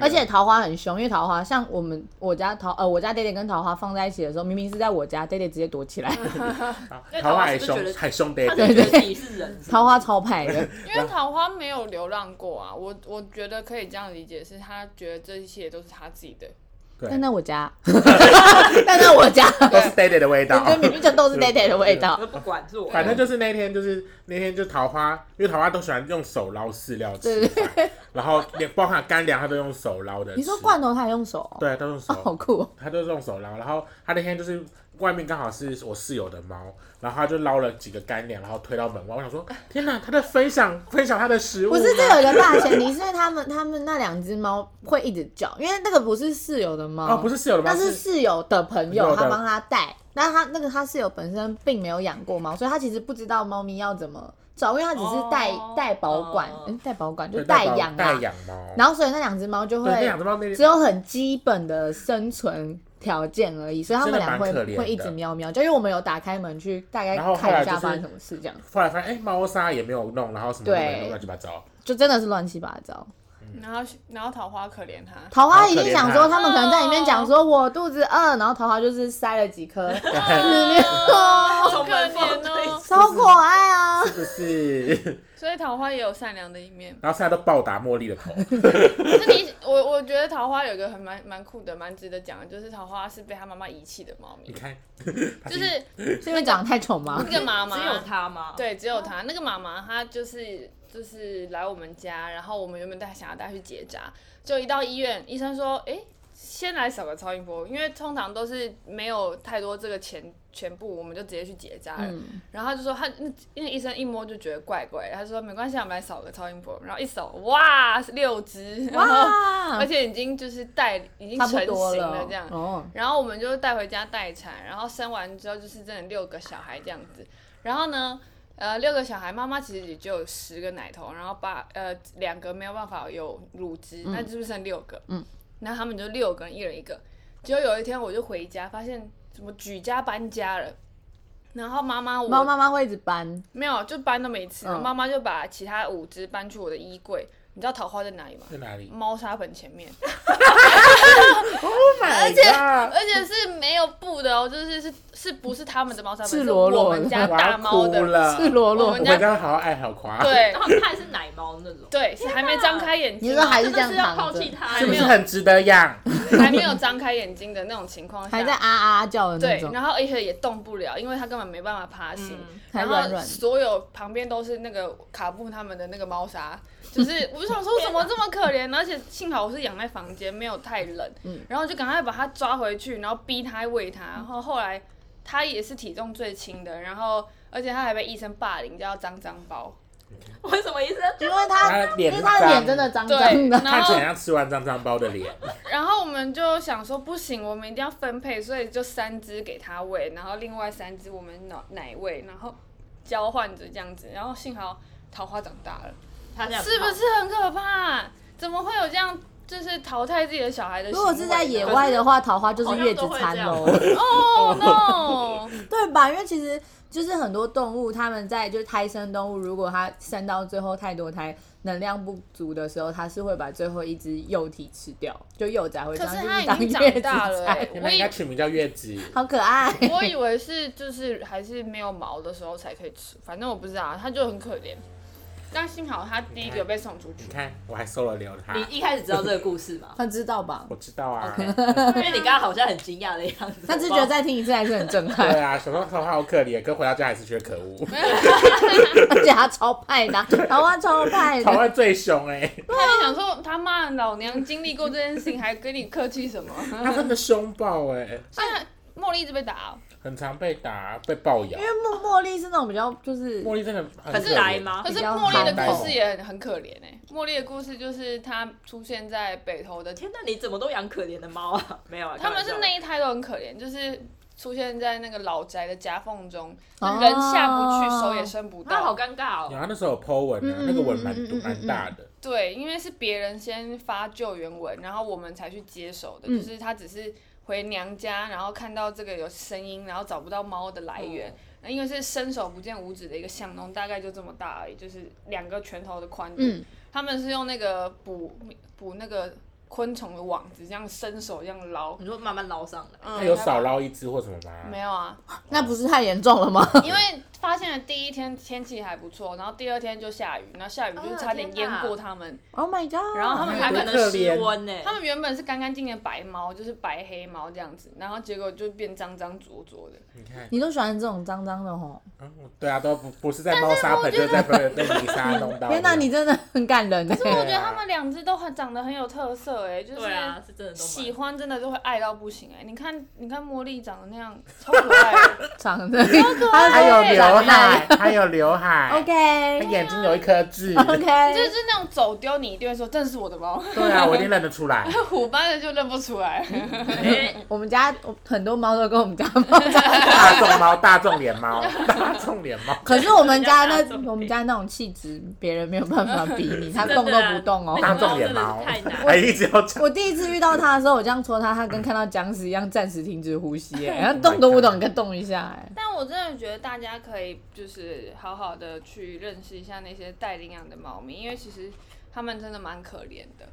Speaker 1: 而且桃花很凶，因为桃花像我们我家桃呃我家爹爹跟桃花放在一起的时候，明明是在我家，爹爹直接躲 起来，
Speaker 2: 啊
Speaker 3: 那
Speaker 2: 桃花
Speaker 3: 桃花
Speaker 2: 还
Speaker 3: 是不是
Speaker 2: 凶
Speaker 3: 觉得
Speaker 2: 还凶爹
Speaker 3: 他
Speaker 2: 爹，
Speaker 3: 是觉得自己是人，
Speaker 1: 桃花超派的。
Speaker 4: 因为桃花没有流浪过啊，我我觉得可以这样理解，是他觉得这一切都是他自己的。
Speaker 2: 对
Speaker 1: 但在我 家，但在我家，
Speaker 2: 都是爹爹的味道。
Speaker 1: 跟明明就都是爹爹的味道
Speaker 3: 我。就不管是我。
Speaker 2: 反正就是那天，就是那天就桃花，因为桃花都喜欢用手捞饲料吃饭，然后连包含干粮，它都用手捞的吃。
Speaker 1: 你说罐头他也用手哦，
Speaker 2: 对，都用手
Speaker 1: 哦，好酷哦。
Speaker 2: 他都是用手捞，然后他那天就是外面刚好是我室友的猫，然后他就捞了几个干粮，然后推到门外。我想说，天哪，他在分享分享他的食物
Speaker 1: 不
Speaker 2: 吗，
Speaker 1: 是，这有一个大前提，是因为他们他们那两只猫会一直叫，因为那个不是室友的猫，
Speaker 2: 哦，不是室友的猫，
Speaker 1: 那是室友的朋
Speaker 2: 朋
Speaker 1: 友，
Speaker 2: 友的
Speaker 1: 他帮他带。那他那个他室友本身并没有养过猫，所以他其实不知道猫咪要怎么照，因为他只是带
Speaker 3: 哦
Speaker 1: 带保管
Speaker 3: 哦，
Speaker 1: 嗯，带保管就
Speaker 2: 对
Speaker 1: 带
Speaker 2: 代
Speaker 1: 养
Speaker 2: 代
Speaker 1: 啊。
Speaker 2: 养猫，
Speaker 1: 然后所以那两只猫就
Speaker 2: 对那
Speaker 1: 会
Speaker 2: 两只猫那
Speaker 1: 只有很基本的生存条件而已，所以他们
Speaker 2: 真的
Speaker 1: 俩
Speaker 2: 蛮
Speaker 1: 会
Speaker 2: 可怜的
Speaker 1: 会一直喵喵，就因为我们有打开门去大概
Speaker 2: 然后后
Speaker 1: 看
Speaker 2: 来
Speaker 1: 一下
Speaker 2: 就是
Speaker 1: 发生什么事，这样
Speaker 2: 后来发现哎，猫砂也没有弄，然后什么都没
Speaker 1: 对
Speaker 2: 弄，乱七八糟。
Speaker 1: 就真的是乱七八糟。嗯
Speaker 4: 然后然后桃花可怜他，
Speaker 1: 桃花
Speaker 2: 好
Speaker 1: 一
Speaker 2: 可
Speaker 1: 定
Speaker 2: 怜
Speaker 1: 想
Speaker 2: 它
Speaker 1: 说，他们可能在里面讲说
Speaker 2: 啊
Speaker 1: 我肚子饿，然后桃花就是塞了几 颗
Speaker 2: 对
Speaker 1: 四面哦
Speaker 4: 好
Speaker 3: 从
Speaker 4: 可
Speaker 3: 门缝
Speaker 4: 怜哦。
Speaker 1: 超可爱 啊！
Speaker 2: 是不是？。
Speaker 4: 所以桃花也有善良的一面
Speaker 2: 然后现在都暴打茉莉的 头，
Speaker 4: 可是你我我觉得桃花有一个很蛮蛮酷的，蛮值得讲的，就是桃花是被他妈妈遗弃的猫
Speaker 2: 你
Speaker 4: 咪，
Speaker 2: 看，它
Speaker 4: 就是
Speaker 1: 是因为长得太丑吗？
Speaker 4: 那个妈妈
Speaker 3: 只有他吗？，
Speaker 4: 对，只有他那个妈妈，她就是就是来我们家，然后我们原本带想要带去结扎，就一到医院，医生说，诶，先来扫个超音波，因为通常都是没有太多这个前全部，我们就直接去结扎了。
Speaker 1: 嗯
Speaker 4: 然后他就说他那那医生一摸就觉得怪怪的，他说没关系，我们来扫个超音波，然后一扫，哇，是六只，然后
Speaker 1: 哇
Speaker 4: 而，且已经就是带已经
Speaker 1: 嗯差
Speaker 4: 成
Speaker 1: 不多
Speaker 4: 型
Speaker 1: 了
Speaker 4: 了这样。
Speaker 1: 哦，
Speaker 4: 然后我们就带回家待产，然后生完之后就是真的六个小孩这样子。然后呢，呃，六个小孩，妈妈其实也就有十个奶头，然后八呃两个没有办法有乳汁，那是不是剩六个？
Speaker 1: 嗯，
Speaker 4: 然后他们就六个人一人一个。结果有一天我就回家，发现什么举家搬家了，然后妈妈我
Speaker 1: 猫妈妈会一直搬，
Speaker 4: 没有就搬那么一次，
Speaker 1: 嗯
Speaker 4: 妈妈就把其他五只搬去我的衣柜。你知道桃花在哪里吗？
Speaker 2: 在哪里
Speaker 4: 猫砂盆前面。
Speaker 2: ？Oh my god！
Speaker 4: 而且是没有布的哦， 就是是是不是他们的猫砂盆，
Speaker 1: 赤
Speaker 4: 是
Speaker 1: 裸裸
Speaker 4: 我
Speaker 1: 的
Speaker 4: 们家
Speaker 2: 我要
Speaker 4: 大猫
Speaker 2: 哭
Speaker 4: 的，
Speaker 2: 了，
Speaker 1: 赤裸
Speaker 4: 我
Speaker 1: 裸
Speaker 2: 我。
Speaker 4: 们
Speaker 2: 们家好好爱好夸，，
Speaker 4: 对
Speaker 3: 然后他还是奶猫那种，
Speaker 4: 对，是还没张开眼睛哦，
Speaker 1: 你说还是
Speaker 3: 真的是要抛弃
Speaker 1: 这样
Speaker 3: 他，
Speaker 2: 是不
Speaker 4: 没
Speaker 2: 是
Speaker 4: 有
Speaker 2: 很值得养？
Speaker 4: 还没有张开眼睛的那种情况下，
Speaker 1: 还在啊啊叫的那
Speaker 4: 对
Speaker 1: 种，，
Speaker 4: 然后而且也动不了，因为它根本没办法爬行，
Speaker 3: 嗯
Speaker 1: 还
Speaker 4: 然
Speaker 1: 软
Speaker 4: 后
Speaker 1: 软的
Speaker 4: 所有旁边都是那个卡布他们的那个猫砂， 就是我就想说怎么这么可怜，而且幸好我是养在房间，没有太冷，
Speaker 1: 嗯
Speaker 4: 然后就赶快把它抓回去，然后逼它喂它，然后后来它也是体重最轻的，然后而且它还被医生霸凌，叫脏脏包，
Speaker 3: 为什么医生？
Speaker 1: 因为他
Speaker 2: 他
Speaker 1: 因
Speaker 2: 脸
Speaker 1: 为他的脸
Speaker 2: 脏
Speaker 1: 真的脏
Speaker 4: 对
Speaker 1: 脏的，
Speaker 4: 然
Speaker 2: 看起
Speaker 4: 后
Speaker 2: 来像吃完脏脏包的脸，
Speaker 4: 然后我们就想说不行，我们一定要分配，所以就三只给它喂，然后另外三只我们奶奶喂，然后交换着这样子。然后幸好桃花长大了，
Speaker 3: 他这样
Speaker 4: 是不是很可怕？怎么会有这样就是淘汰自己的小孩的行
Speaker 1: 如
Speaker 4: 为呢？
Speaker 1: 果是在野外的话，桃花就是月子餐喽，
Speaker 4: 哦 no，
Speaker 1: 对吧？因为其实就是很多动物，它们在就是胎生动物，如果它生到最后太多胎，能量不足的时候，它是会把最后一只幼体吃掉，就幼崽会这
Speaker 4: 可
Speaker 1: 样，
Speaker 4: 是
Speaker 1: 就是
Speaker 4: 它
Speaker 1: 当
Speaker 4: 已经
Speaker 1: 月子
Speaker 4: 长大了、
Speaker 1: 餐
Speaker 4: 欸，，
Speaker 2: 你
Speaker 4: 我
Speaker 2: 们应该
Speaker 4: 以
Speaker 2: 取名叫月子。
Speaker 1: 好可爱。
Speaker 4: 我以为是就是还是没有毛的时候才可以吃，反正我不知道，它就很可怜。但幸好它第一个被送出去
Speaker 2: 你。看，我还收了留他，
Speaker 3: 你一开始知道这个故事 吗？
Speaker 1: 他知道吧
Speaker 2: 我？知道啊。
Speaker 3: 因为你刚刚好像很惊讶的样子。
Speaker 1: 他只是觉得再听一次还是很震撼
Speaker 2: 对，啊，小时候桃花好可怜，可回到家还是觉得可恶。
Speaker 1: 而且他超派的啊，桃花超派
Speaker 2: 桃
Speaker 1: 的。
Speaker 2: 花最凶哎、
Speaker 4: 他就想说，他妈老娘经历过这件事情，还跟你客气 什么？
Speaker 2: 他真的凶暴哎、
Speaker 4: 现在茉莉一直被打、哦，
Speaker 2: 很常被打被暴咬
Speaker 1: 因。为茉茉莉是那种比较就是
Speaker 2: 茉莉真的很
Speaker 3: 很
Speaker 2: 可怜
Speaker 3: 来？吗
Speaker 4: 可？是茉莉的故事也很很可怜哎、茉莉的故事就是她出现在北投的，
Speaker 3: 天哪，你怎么都养可怜的猫啊？没有啊，
Speaker 4: 他们是
Speaker 3: 开玩笑的
Speaker 4: 那一胎都很可怜，就是出现在那个老宅的夹缝中，
Speaker 1: 哦
Speaker 4: 人下不去，手也伸不
Speaker 3: 那好
Speaker 4: 到。
Speaker 3: 尴尬
Speaker 2: 有
Speaker 3: 哦。
Speaker 2: 啊，那时候有 Po 文啊，
Speaker 1: 嗯
Speaker 2: 那个文蛮
Speaker 1: 嗯嗯嗯
Speaker 2: 蛮大的。
Speaker 4: 对，因为是别人先发救援文，然后我们才去接手的，
Speaker 1: 嗯
Speaker 4: 就是她只是回娘家，然后看到这个有声音，然后找不到猫的来
Speaker 3: 嗯哦
Speaker 4: 源。那因为是伸手不见五指的一个巷弄，大概就这么大而已，就是两个拳头的宽度。
Speaker 1: 嗯
Speaker 4: 他们是用那个捕捕那个昆虫的网子，这样伸手这样捞。
Speaker 3: 你说慢慢捞上来，
Speaker 2: 他
Speaker 4: 嗯
Speaker 2: 有少捞一只或什么吗
Speaker 4: 没？有啊，
Speaker 1: 那不是太严重了吗？
Speaker 4: 因为发现了第一天天气还不错，然后第二天就下雨，然后下雨
Speaker 3: 哦
Speaker 4: 就是差点淹过他们。
Speaker 1: Oh my god！
Speaker 4: 然后他们
Speaker 3: 它
Speaker 4: 还
Speaker 3: 可
Speaker 4: 可
Speaker 2: 能
Speaker 3: 能失温呢。
Speaker 4: 他们原本是干干净净的白猫，就是白黑猫这样子，然后结果就变脏脏浊浊的。
Speaker 2: 你看，
Speaker 1: 你都喜欢这种脏脏的吼？
Speaker 2: 嗯对啊，都不不是在猫砂盆，就是在被被泥沙弄 到的。
Speaker 1: 天哪，你真的很感人欸呢。
Speaker 4: 但我觉得他们两只都很长得很有特色哎、就
Speaker 3: 啊
Speaker 4: 是
Speaker 3: 对啊，是真的都蛮
Speaker 4: 喜欢真的就会爱到不行哎、你看你看茉莉长得那样 超可爱的，
Speaker 1: 长得
Speaker 2: 还
Speaker 1: 还
Speaker 2: 有刘海，还有刘海。他
Speaker 1: OK
Speaker 2: 眼睛有一颗痣。
Speaker 4: 就
Speaker 1: OK，
Speaker 4: 是那种走丢你一定会说这是我的猫。
Speaker 2: 对啊，我一定认得出来。
Speaker 4: 虎斑的就认不出来，
Speaker 3: 哎
Speaker 1: 我们家很多猫都跟我们家猫长，，
Speaker 2: 大众猫，大众脸猫，大众脸猫
Speaker 1: 可是我们家
Speaker 3: 人家大众
Speaker 1: 那我们家那种气质，别人没有办法比 拟，它
Speaker 3: 真
Speaker 1: 动
Speaker 3: 的
Speaker 1: 都
Speaker 3: 啊
Speaker 1: 不动哦
Speaker 3: 那。
Speaker 2: 大
Speaker 3: 个
Speaker 2: 众脸猫
Speaker 3: 真的是太难，
Speaker 2: 还一直要讲。
Speaker 1: 我第一次遇到它的时候，我这样戳它，它跟看到僵尸一样，暂时停止呼 吸，哎，它动都不动，跟动一下，哎，
Speaker 4: 但我真的觉得大家可以就是好好的去认识一下那些带领养的猫咪，因为其实它们真的蛮可怜的。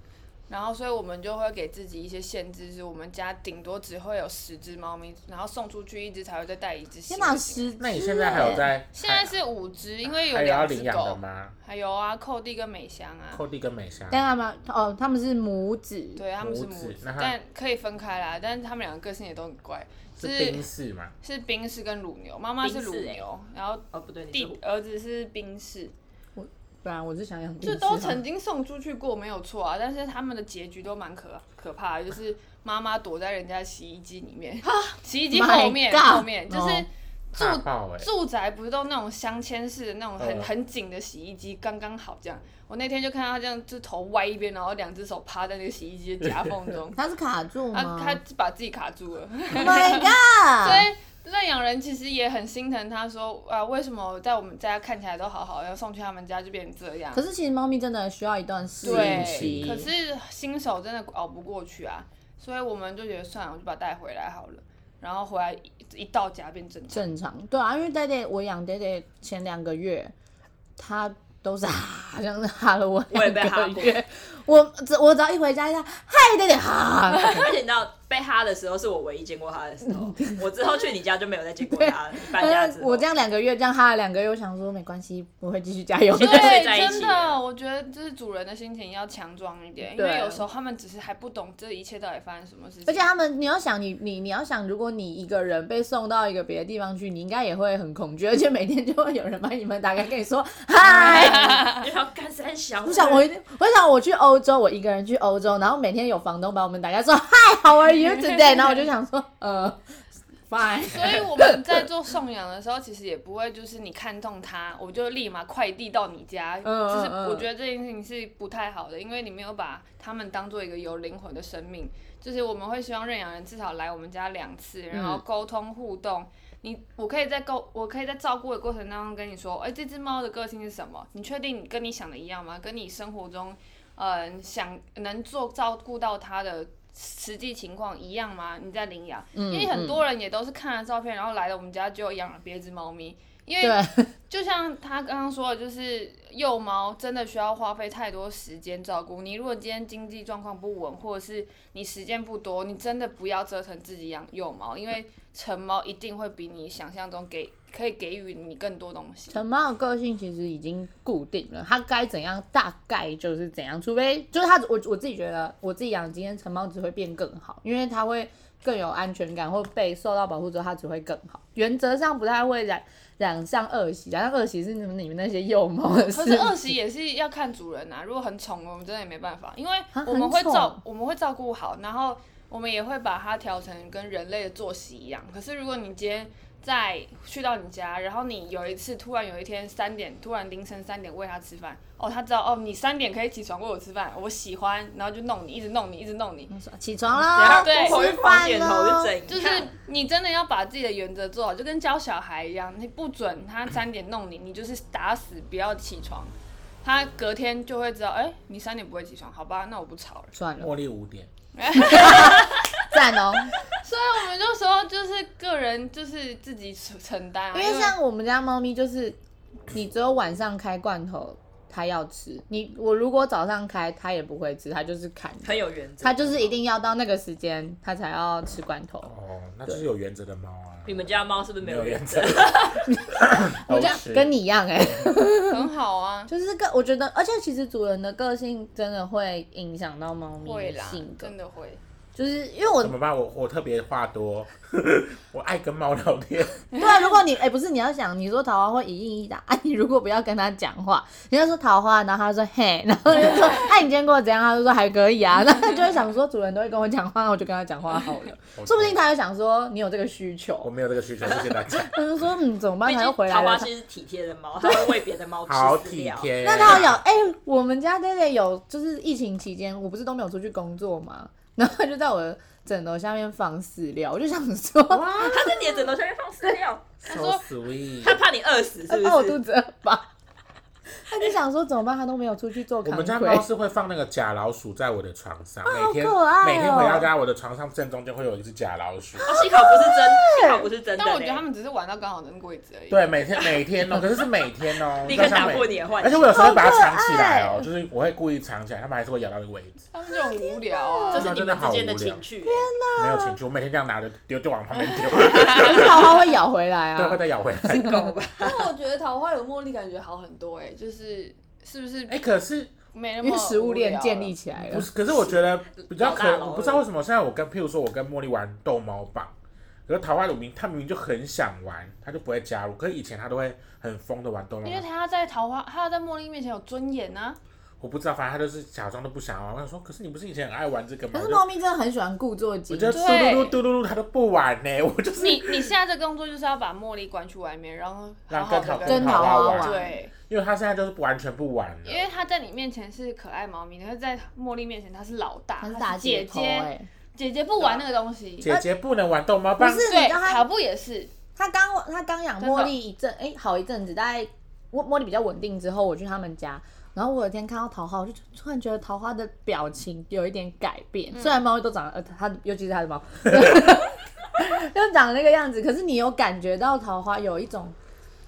Speaker 4: 然后，所以我们就会给自己一些限制，是我们家顶多只会有十只猫咪，然后送出去一只才会再带一只新
Speaker 1: 天
Speaker 4: 的
Speaker 1: 哪，
Speaker 4: 进来。
Speaker 1: 十只
Speaker 2: 那你现在还有
Speaker 1: 哎
Speaker 2: 在？
Speaker 4: 现在是五只，因为有
Speaker 2: 还有要
Speaker 4: 两
Speaker 2: 领
Speaker 4: 只
Speaker 2: 养的
Speaker 4: 狗，
Speaker 2: 吗？
Speaker 4: 还有啊，寇弟跟美香啊，
Speaker 2: 寇弟跟美香，
Speaker 1: 但他们哦，他们是母子，
Speaker 4: 对，他们是
Speaker 2: 母
Speaker 4: 母
Speaker 2: 子
Speaker 4: 子
Speaker 2: 那，它
Speaker 4: 但可以分开啦。但是他们两个个性也都很乖，
Speaker 2: 是
Speaker 4: 是
Speaker 2: 冰室嘛？
Speaker 4: 是冰室跟乳牛，妈妈是
Speaker 3: 冰
Speaker 4: 乳
Speaker 3: 室欸
Speaker 4: 牛，然后
Speaker 3: 哦不对，你是
Speaker 4: 弟儿子是冰室，
Speaker 1: 不然我就想养。
Speaker 4: 就都曾经送出去过，没有错啊。但是他们的结局都蛮可可怕的，就是妈妈躲在人家洗衣机里面，洗衣机
Speaker 1: My
Speaker 4: 后面
Speaker 1: God
Speaker 4: 后面就
Speaker 1: 哦，
Speaker 4: 是住
Speaker 2: 怕爆哎！
Speaker 4: 住 宅不是都那种镶嵌式的那种很
Speaker 2: 嗯
Speaker 4: 很紧的洗衣机，刚刚好这样。我那天就看到他这样，就头歪一边，然后两只手趴在那个洗衣机的夹缝中
Speaker 1: 它是卡住
Speaker 4: 他
Speaker 1: 吗
Speaker 4: 啊他把自己卡住了。
Speaker 1: ？Oh my god！
Speaker 4: 所以认养人其实也很心疼，他说啊，为什么在我们家看起来都好好，要送去他们家就变成这样
Speaker 1: 可？是其实猫咪真的需要一段适应
Speaker 4: 对，可
Speaker 1: 期。
Speaker 4: 是新手真的熬不过去啊，所以我们就觉得算了，我就把它带回来好了。然后回来一一到家变正常，
Speaker 1: 正常，对啊，因为 d a 我养 d a 前两个月，它都是哈，像是哈了我
Speaker 3: 我也被
Speaker 1: 两个
Speaker 3: 哈过
Speaker 1: 月，我只我只要一回家，一下嗨的点哈，
Speaker 3: 而且你知道被哈的时候是我唯一见过他的时候，我之后去你家就没有再见过他了。你搬家哦
Speaker 1: 但
Speaker 3: 之
Speaker 1: 是
Speaker 3: 后，
Speaker 1: 呃我这样两个月，这样哈了两个月，我想说没关系，我会继续加油的。
Speaker 3: 对睡在一
Speaker 4: 真
Speaker 3: 起
Speaker 4: 的，我觉得就是主人的心情要强壮一点，因
Speaker 1: 对
Speaker 4: 为有时候他们只是还不懂这一切到底发生什么事情。
Speaker 1: 而且他们，你要想你你你要想，如果你一个人被送到一个别的地方去，你应该也会很恐惧，而且每天就会有人把你们打开跟你说嗨。
Speaker 3: 你要干三小，
Speaker 1: 我想我 一定，我想我去欧洲，我一个人去欧洲，然后每天有房东把我们打开说 Hi how are you today，然后我就想说呃 fine，
Speaker 4: 所以我们在做送养的时候，其实也不会就是你看中它，我就立马快递到你家。
Speaker 1: 嗯
Speaker 4: 就是
Speaker 1: 嗯
Speaker 4: 我觉得这件事情是不太好的，因为你没有把它们当做一个有灵魂的生命。就是我们会希望认养人至少来我们家两次，然
Speaker 1: 嗯
Speaker 4: 后沟通互动。你我可以在沟，我可以在照顾的过程当中跟你说，哎、这只猫的个性是什么？你确定你跟你想的一样吗？跟你生活中，嗯、想能做照顾到它的实际情况一样吗？你在领养，
Speaker 1: 嗯
Speaker 4: 因为很多人也都是看了照片，然后来了我们家就养了别只猫咪，因为
Speaker 1: 对，
Speaker 4: 就像他刚刚说的，就是幼猫真的需要花费太多时间照顾。你如果今天经济状况不稳，或者是你时间不多，你真的不要折腾自己养幼猫，因为成猫一定会比你想象中给可以给予你更多东西。
Speaker 1: 陈猫的个性其实已经固定了，它该怎样大概就是怎样，除非就是它，我我自己觉得我自己养今天陈猫只会变更好，因为它会更有安全感，或被受到保护之后它只会更好。原则上不太会染染上恶习，染上恶习是你们你们那些幼猫的事
Speaker 4: 可。是二十也是要看主人啊，如果很宠，我们真的也没办法，因为
Speaker 1: 啊
Speaker 4: 我们
Speaker 1: 很
Speaker 4: 会照
Speaker 1: 宠
Speaker 4: 我们会照顾好，然后我们也会把它调成跟人类的作息一样。可是如果你今天再去到你家，然后你有一次突然有一天三点，突然凌晨三点喂它吃饭，哦，它知道哦，你三点可以起床喂我吃饭，我喜欢，然后就弄你，一直弄你，一直弄你，
Speaker 1: 起床
Speaker 3: 然
Speaker 1: 啦
Speaker 3: 后，
Speaker 4: 对
Speaker 3: 回
Speaker 1: 吃
Speaker 3: 房
Speaker 1: 饭
Speaker 3: 点头
Speaker 1: 啦
Speaker 3: 是。怎
Speaker 4: 就是
Speaker 3: 样？
Speaker 4: 你真的要把自己的原则做好，就跟教小孩一样，你不准他三点弄你，你就是打死不要起床，他隔天就会知道，哎、你三点不会起床，好吧，那我不吵了。
Speaker 1: 算了，
Speaker 2: 茉莉五点，
Speaker 1: 赞 哦。
Speaker 4: 所以我们就说，就是个人就是自己承承担、啊，
Speaker 1: 因为像我们家猫咪就是，你只有晚上开罐头，它要吃；你我如果早上开，它也不会吃，它就是砍着。
Speaker 3: 很有原则。
Speaker 1: 它就是一定要到那个时间，它才要吃罐头。
Speaker 2: 哦，那就是有原则的猫啊，
Speaker 3: 你们家猫是不是没
Speaker 2: 没
Speaker 3: 有
Speaker 2: 有
Speaker 3: 原
Speaker 2: 原
Speaker 3: 则，
Speaker 2: 则？
Speaker 1: 我这
Speaker 2: 这
Speaker 1: 样跟你一样 哎、
Speaker 4: 很好啊，
Speaker 1: 就是个我觉得，而且其实主人的个性真的会影响到猫咪
Speaker 4: 会
Speaker 1: 的
Speaker 4: 啦
Speaker 1: 性，格
Speaker 4: 真，的会。
Speaker 1: 就是因为我
Speaker 2: 怎么办？我我特别话多， 我爱跟猫聊天。
Speaker 1: 对啊，如果你哎、不是你要想，你说桃花会一应一答啊，你如果不要跟他讲话，人家说桃花，然后他说嘿，然后就说哎、你今天过得怎样？他就说还可以 啊，那他就会想说主人都会跟我讲话，那我就跟他讲话好了，说不定他就想说你有这个需
Speaker 2: 我
Speaker 1: 求，
Speaker 2: 没有这个需求，谢谢 大家。
Speaker 1: 他就说嗯怎么办？
Speaker 3: 毕
Speaker 1: 他
Speaker 3: 竟
Speaker 1: 又回
Speaker 3: 桃
Speaker 1: 来
Speaker 3: 花
Speaker 1: 了。
Speaker 3: 其实是体贴的猫，它会喂别的猫吃
Speaker 2: 好
Speaker 3: 饲
Speaker 2: 体
Speaker 3: 料。
Speaker 2: 贴。
Speaker 1: 那他有哎、我们家 d a 有，就是疫情期间，我不是都没有出去工作嘛，然后他就在我的枕头下面放饲料，我就想说，
Speaker 3: 它在你的枕头下面放饲料，
Speaker 2: so sweet。
Speaker 3: 它怕你饿死是不
Speaker 1: 把我哦肚
Speaker 3: 是？
Speaker 1: 子饿饱。他就想说怎么办，他都没有出去做
Speaker 2: 我
Speaker 1: 扛
Speaker 2: 们家
Speaker 1: 鬼
Speaker 2: 猫。是会放那个假老鼠在我的床上，
Speaker 1: 好
Speaker 2: 每天
Speaker 1: 可爱哦
Speaker 2: 每天回到家，我的床上正中间会有一只假老鼠。
Speaker 3: 哦幸好不是真，幸好不是真的
Speaker 4: 但我觉得他
Speaker 3: 嘞。
Speaker 4: 们只是玩到刚好能过一次而已。
Speaker 2: 对，每天每天哦，可是是每天哦，
Speaker 3: 立
Speaker 2: 就
Speaker 3: 刻
Speaker 2: 像
Speaker 3: 打
Speaker 2: 每
Speaker 3: 破 你的幻
Speaker 2: 而且
Speaker 3: 想，
Speaker 2: 我有时候会把它藏起来哦，就是我会故意藏起来，它们还是会咬到那个位置，
Speaker 4: 他们就很无 聊 啊。
Speaker 3: 这是你们之间的情趣。
Speaker 2: 没有情绪。我每天这样拿着丢，就往旁边丢，
Speaker 1: 可是桃花会咬回来
Speaker 2: 对，会
Speaker 1: 啊。
Speaker 2: 再咬回来。
Speaker 3: 狗吧，
Speaker 4: 但我觉得桃花有茉莉感觉好很多哎、就是是不是
Speaker 2: 哎，可是
Speaker 4: 没那
Speaker 1: 因
Speaker 4: 么啊
Speaker 1: 为食物链建立
Speaker 4: 起
Speaker 1: 起来
Speaker 2: 不
Speaker 1: 了，
Speaker 2: 是？可是我觉得比较
Speaker 3: 老大
Speaker 2: 可，
Speaker 3: 老二
Speaker 2: 我不知道为什么现在我跟，譬如说我跟茉莉玩逗猫棒，可是桃花鲁明他明明就很想玩，他就不会加入。可是以前他都会很疯的玩逗猫
Speaker 4: 因为
Speaker 2: 棒，
Speaker 4: 他要在桃花，他要在茉莉面前有尊严啊。
Speaker 2: 我不知道，反正他就是假装都不想玩。我想说，可是你不是以前很爱玩这个吗
Speaker 1: 可？是
Speaker 2: 我就
Speaker 1: 猫咪真的很喜欢故作
Speaker 2: 我
Speaker 1: 精
Speaker 2: 就嘟嘟嘟嘟嘟嘟，他都不玩呢，我就是
Speaker 4: 你你现在的工作就是要把茉莉关去外面，然后好
Speaker 2: 让
Speaker 4: 好
Speaker 2: 跟
Speaker 4: 的
Speaker 2: 桃
Speaker 1: 跟
Speaker 2: 桃
Speaker 1: 桃
Speaker 2: 花
Speaker 1: 花
Speaker 2: 玩
Speaker 1: 玩，
Speaker 4: 对，
Speaker 2: 因为他现在就是完全不玩了
Speaker 4: 因。为他在你面前是可爱猫咪，但是在茉莉面前他是老大，
Speaker 1: 它是
Speaker 4: 她
Speaker 1: 大
Speaker 4: 是姐
Speaker 1: 头哎、
Speaker 4: 姐姐不玩那个东西。
Speaker 2: 姐姐不能玩逗猫棒，
Speaker 1: 不是你
Speaker 4: 对，
Speaker 1: 知道它
Speaker 4: 跑步也是，
Speaker 1: 他刚他刚养
Speaker 4: 真的
Speaker 1: 茉莉一阵，哎、好一阵子，大概茉茉莉比较稳定之后，我去他们家，然后我有一天看到桃花，我就 突然觉得桃花的表情有一点改变。
Speaker 4: 嗯
Speaker 1: 虽然猫都长得，呃，它尤其是它的猫， 就长得那个样子，可是你有感觉到桃花有一种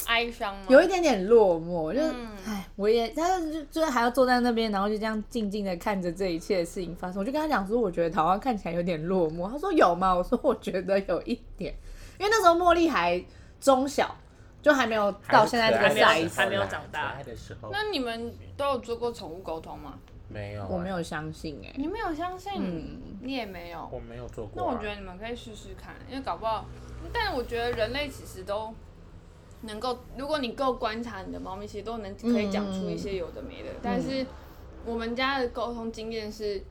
Speaker 4: 哀伤吗？
Speaker 1: 有一点点落寞，就是
Speaker 4: 嗯
Speaker 1: 哎、我也，他就就是还要坐在那边，然后就这样静静的看着这一切的事情发生。我就跟他讲说，我觉得台湾看起来有点落寞。他说有吗？我说我觉得有一点，因为那时候茉莉还中小，就还没有到现在这个
Speaker 3: 还没有
Speaker 1: size，
Speaker 3: 还没有长大
Speaker 2: 可爱的时候
Speaker 4: 那你们都有做过宠物沟通吗？
Speaker 2: 没有，啊
Speaker 1: 我没，有相信哎、
Speaker 4: 你没有相信，
Speaker 1: 嗯
Speaker 4: 你也没有。
Speaker 2: 我没有做过
Speaker 4: 那
Speaker 2: 啊。
Speaker 4: 我觉得你们可以试试看，因为搞不好，但我觉得人类其实都能够，如果你够观察你的猫咪，其实都能可以讲出一些有的没的。但是我们家的沟通经验是，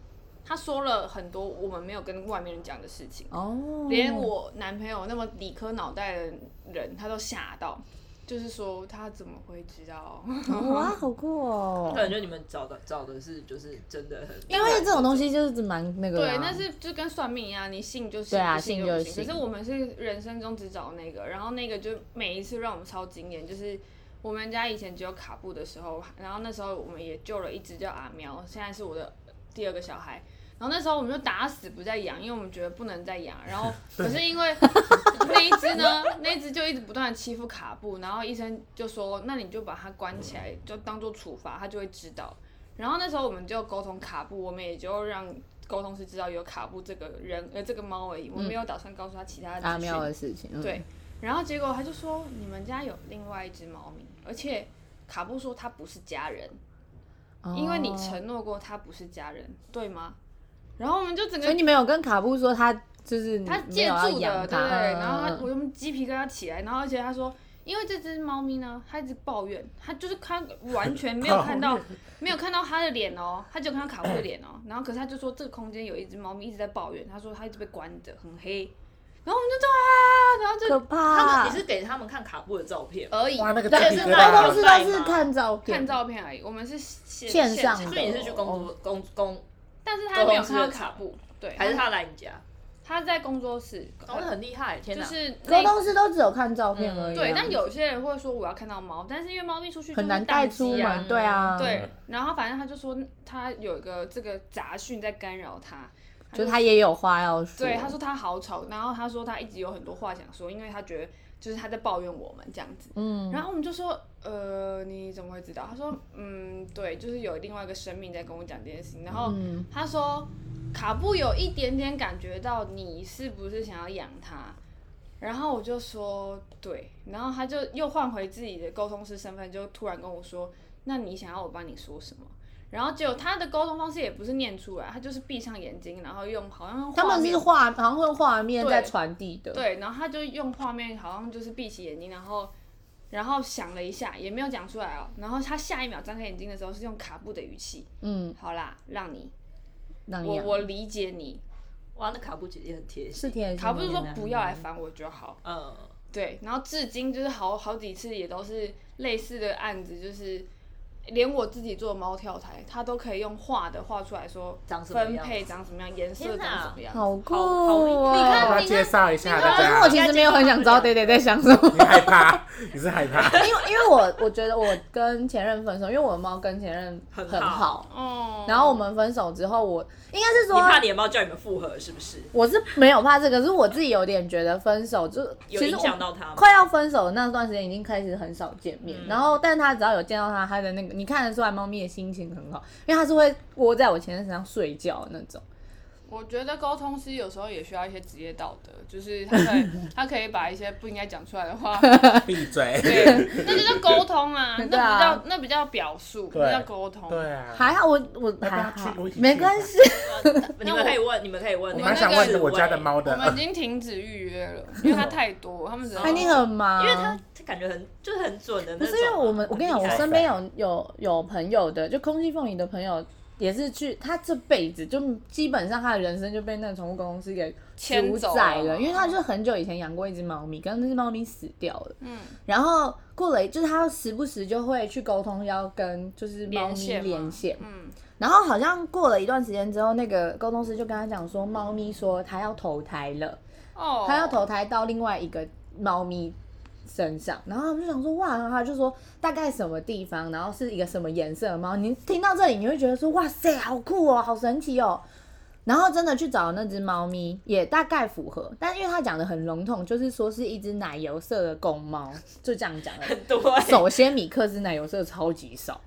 Speaker 4: 他说了很多我们没有跟外面人讲的事情，
Speaker 1: 哦，
Speaker 4: 连我男朋友那么理科脑袋的人，他都吓到，就是说他怎么会知道？
Speaker 1: 哇，好酷哦！
Speaker 3: 感觉你们找的找的是就是真的很，
Speaker 1: 因为这种东西就是蛮那个、啊，
Speaker 4: 对，但是就跟算命一样，你信就信，
Speaker 1: 对啊
Speaker 4: 不信
Speaker 1: 信就
Speaker 4: 不
Speaker 1: 信
Speaker 4: 可是我们是人生中只找那个，然后那个就每一次让我们超惊艳，就是我们家以前只有卡布的时候，然后那时候我们也救了一只叫阿喵，现在是我的第二个小孩。然后那时候我们就打死不再养，因为我们觉得不能再养。然后可是因为 那一只呢，那一只就一直不断的欺负卡布，然后医生就说，那你就把它关起来，就当做处罚，它就会知道。然后那时候我们就沟通卡布，我们也就让沟通师知道有卡布这个人呃这个猫而已，我没有打算告诉他其他的
Speaker 1: 阿
Speaker 4: 资讯
Speaker 1: 喵的事情，嗯
Speaker 4: 对，然后结果他就说你们家有另外一只猫咪，而且卡布说它不是家人，
Speaker 1: 哦
Speaker 4: 因为你承诺过它不是家人，对吗？然后我们就整
Speaker 1: 所以
Speaker 4: 个
Speaker 1: 你没有跟卡布说他就是
Speaker 4: 他
Speaker 1: 嗯没
Speaker 4: 借
Speaker 1: 有要
Speaker 4: 住
Speaker 1: 养
Speaker 4: 的，对不
Speaker 1: 他
Speaker 4: 对？然后他
Speaker 1: 嗯
Speaker 4: 我们鸡皮疙瘩起来，然后而且他说。因为这只猫咪呢，它一直抱怨，它就是看完全没有看到， 没有看到它的脸哦，它只有看到卡布的脸哦。然后可是他就说这个空间有一只猫咪一直在抱怨，他说它一直被关着，很黑。然后我们就说啊，然后就
Speaker 1: 可
Speaker 3: 他
Speaker 1: 怕，
Speaker 3: 们你是给他们看卡布的照片吗，
Speaker 4: 而已，
Speaker 2: 哇，那个
Speaker 3: 对
Speaker 2: 鸡皮
Speaker 3: 是
Speaker 2: 疙
Speaker 3: 那
Speaker 2: 瘩
Speaker 1: 公
Speaker 3: 种
Speaker 1: 司
Speaker 3: 是
Speaker 1: 都是看照片，
Speaker 4: 看照片而已。我们是线
Speaker 1: 线上的
Speaker 4: 场
Speaker 3: 所以你是去工作工工，
Speaker 4: 但是他没有看到卡布，对，
Speaker 3: 还是他来你家？
Speaker 4: 他在工作室，
Speaker 3: 哦，那很厉害，天
Speaker 4: 就
Speaker 3: 哪！
Speaker 4: 是
Speaker 1: 沟
Speaker 4: 那
Speaker 1: 通师都只有看照片而已啊。
Speaker 4: 嗯对，但有些人会说我要看到猫，但是因为猫咪出去就是
Speaker 1: 很难带出
Speaker 4: 宕机啊
Speaker 1: 门，对啊，
Speaker 4: 对，然后反正他就说他有一个这个杂讯在干扰他，
Speaker 1: 就他也有话要说。
Speaker 4: 对，他说他好吵，然后他说他一直有很多话想说，因为他觉得就是他在抱怨我们这样子。
Speaker 1: 嗯，
Speaker 4: 然后我们就说，呃，你怎么会知道？他说，嗯，对，就是有另外一个生命在跟我讲这件事情。然后
Speaker 1: 嗯
Speaker 4: 他说，卡布有一点点感觉到你是不是想要养他，然后我就说对，然后他就又换回自己的沟通师身份，就突然跟我说，那你想要我帮你说什么？然后结果他的沟通方式也不是念出来，他就是闭上眼睛，然后用好像用
Speaker 1: 他
Speaker 4: 画
Speaker 1: 们
Speaker 4: 面
Speaker 1: 是画，好像会画面在传递的。，
Speaker 4: 对，然后他就用画面，好像就是闭起眼睛，然后然后想了一下，也没有讲出来哦。然后他下一秒张开眼睛的时候是用卡布的语气，
Speaker 1: 嗯，
Speaker 4: 好啦，让你，
Speaker 1: 那
Speaker 4: 我
Speaker 3: 啊
Speaker 1: 样
Speaker 4: 我理解你。
Speaker 3: 哇，那卡布姐姐很贴
Speaker 1: 是
Speaker 3: 心，
Speaker 1: 天
Speaker 4: 卡布就
Speaker 3: 啊
Speaker 4: 说不要来烦我就好。
Speaker 3: 嗯，
Speaker 4: 对，然后至今就是好好几次也都是类似的案子，就是连我自己做猫跳台，他都可以用画的画出来说
Speaker 3: 长什么
Speaker 4: 分
Speaker 3: 样
Speaker 4: 配长什么样，颜色
Speaker 3: 天
Speaker 4: 长
Speaker 3: 哪
Speaker 4: 什么样。
Speaker 1: 好酷
Speaker 3: 好
Speaker 1: 哦！
Speaker 3: 你看
Speaker 2: 我要
Speaker 4: 你看
Speaker 2: 介绍一下大
Speaker 1: 但是我其
Speaker 2: 家。
Speaker 1: 实没有很想知道 d a 在想什 么。
Speaker 2: 你害怕？ 你是害怕？
Speaker 1: 因为因为我我觉得我跟前任分手，因为我的猫跟前任
Speaker 3: 很
Speaker 1: 很
Speaker 3: 好
Speaker 1: 好，
Speaker 4: 哦，
Speaker 1: 然后我们分手之后，我应该是
Speaker 3: 你
Speaker 1: 说
Speaker 3: 怕脸猫叫你们复合是不是？
Speaker 1: 我是没有怕这个，是我自己有点觉得分手就
Speaker 3: 有
Speaker 1: 其实
Speaker 3: 影
Speaker 1: 我
Speaker 3: 响到他吗？
Speaker 1: 快要分手的那段时间已经开始很少见面，
Speaker 2: 嗯
Speaker 1: 然后但他只要有见到他，他的那个你看得出来，猫咪的心情很好，因为它是会窝在我前任身上睡觉的那种。
Speaker 4: 我觉得沟通师有时候也需要一些职业道德，就是他 可以他可以把一些不应该讲出来的话，
Speaker 2: 闭嘴！
Speaker 4: 对，那就叫沟通啊，那比
Speaker 1: 对啊
Speaker 4: 较那比较表述，不
Speaker 2: 对
Speaker 4: 叫沟通。
Speaker 2: 对啊，
Speaker 1: 还好我我
Speaker 2: 要不
Speaker 1: 还
Speaker 2: 要
Speaker 1: 好
Speaker 2: 去我一起，去
Speaker 1: 没关系。
Speaker 3: 你们可以问，你们可以问。
Speaker 2: 我
Speaker 4: 我们
Speaker 2: 蛮想
Speaker 4: 那个
Speaker 2: 问我家的猫
Speaker 4: 我
Speaker 2: 的，呃
Speaker 4: 们已经停止预约了，因为
Speaker 2: 啊
Speaker 4: 他太多，他们只能
Speaker 1: 哎，你很忙，
Speaker 3: 因为他他感觉很就是很准的那
Speaker 1: 不
Speaker 3: 种啊。
Speaker 1: 是因为我们，我跟你讲，
Speaker 3: 很厉
Speaker 1: 我
Speaker 3: 害
Speaker 1: 身边
Speaker 4: 啊
Speaker 1: 有有有朋友的，就空气凤梨的朋友。也是去，他这辈子就基本上他的人生就被那个宠物公司给
Speaker 4: 牵
Speaker 1: 主
Speaker 4: 走
Speaker 1: 宰
Speaker 4: 了哦
Speaker 1: 了，因为他就很久以前养过一只猫咪，可是那只猫咪死掉了，
Speaker 4: 嗯，
Speaker 1: 然后过了，就是他时不时就会去沟通，要跟就是猫
Speaker 4: 连
Speaker 1: 咪
Speaker 4: 线嘛
Speaker 1: 连线。
Speaker 4: 嗯，
Speaker 1: 然后好像过了一段时间之后，那个沟通师就跟他讲说，猫咪说它要投胎了，
Speaker 4: 哦，
Speaker 1: 它要投胎到另外一个猫咪身上。然后他们就想说，哇，然后他就说大概什么地方，然后是一个什么颜色的猫。你听到这里，你会觉得说，哇塞，好酷哦，好神奇哦。然后真的去找那只猫咪，也大概符合，但因为他讲的很笼统，就是说是一只奶油色的公猫，就这样讲而 已。
Speaker 3: 很多、欸。
Speaker 1: 首先，米克斯奶油色超级少，